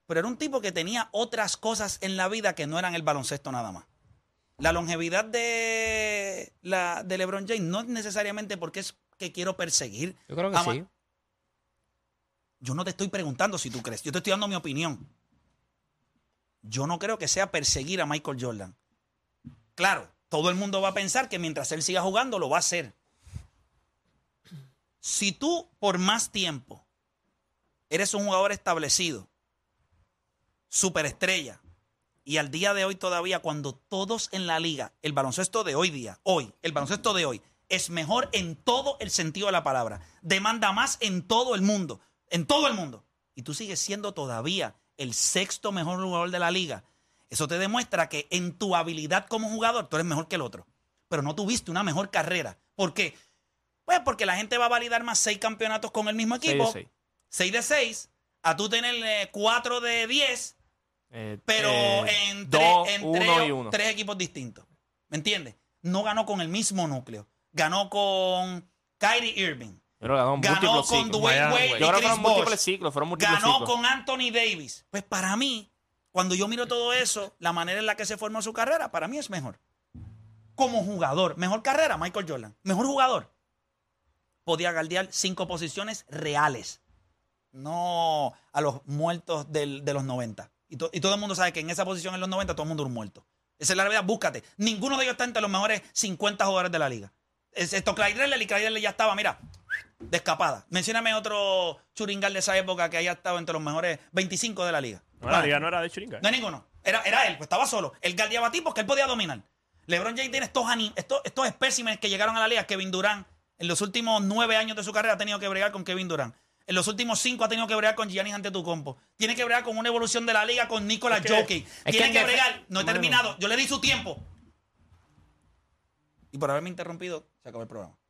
Pero era un tipo que tenía otras cosas en la vida que no eran el baloncesto nada más. La longevidad de, la, de LeBron James no es necesariamente porque es que quiero perseguir. Yo creo que Ama- sí. Yo no te estoy preguntando si tú crees, yo te estoy dando mi opinión. Yo no creo que sea perseguir a Michael Jordan. Claro, todo el mundo va a pensar que mientras él siga jugando lo va a hacer. Si tú por más tiempo eres un jugador establecido, superestrella, y al día de hoy todavía cuando todos en la liga, el baloncesto de hoy día, hoy, el baloncesto de hoy, es mejor en todo el sentido de la palabra, demanda más en todo el mundo, en todo el mundo, y tú sigues siendo todavía el sexto mejor jugador de la liga, eso te demuestra que en tu habilidad como jugador tú eres mejor que el otro, pero no tuviste una mejor carrera. ¿Por qué? Pues porque la gente va a validar más seis campeonatos con el mismo Seis de equipo, seis. 6 de 6 a tú tener 4 de 10, Eh, pero eh, en, dos, tres, en uno tres- y Eh, uno. tres equipos distintos. ¿Me entiendes? no ganó con el mismo núcleo. Ganó con Kyrie Irving. Pero ganó, Ganó múltiples con ciclos. Dwayne Miami, Wade güey. y Yo creo que Chris fueron múltiples Bosch. ciclos, fueron múltiples ganó ciclos. con Anthony Davis. Pues para mí, cuando yo miro todo eso, la manera en la que se formó su carrera, para mí es mejor. Como jugador, mejor carrera, Michael Jordan. Mejor jugador. Podía galdear cinco posiciones reales. No a los muertos del- de los 90. Y, to- y todo el mundo sabe que en esa posición en los 90 todo el mundo era un muerto. Esa es la realidad, búscate. Ninguno de ellos está entre los mejores 50 jugadores de la liga. Es- Esto, Clyde Drexler y Clyde Drexler ya estaba, mira, de escapada. Mencióname otro churingal de esa época que haya estado entre los mejores 25 de la liga. No, la liga no era de Chiringa. ¿eh? No hay ninguno. Era, era él, pues estaba solo. Él galdeaba tipos que él podía dominar. LeBron James tiene estos, ani- estos, estos espécimes que llegaron a la liga. Kevin Durant, en los últimos nueve años de su carrera, ha tenido que bregar con Kevin Durant. En los últimos cinco ha tenido que bregar con Giannis ante tu compo. Tiene que bregar con una evolución de la liga con Nicolas Jokic. que Tiene en que defe- bregar. No he terminado. Yo le di su tiempo. Y por haberme interrumpido, se acabó el programa.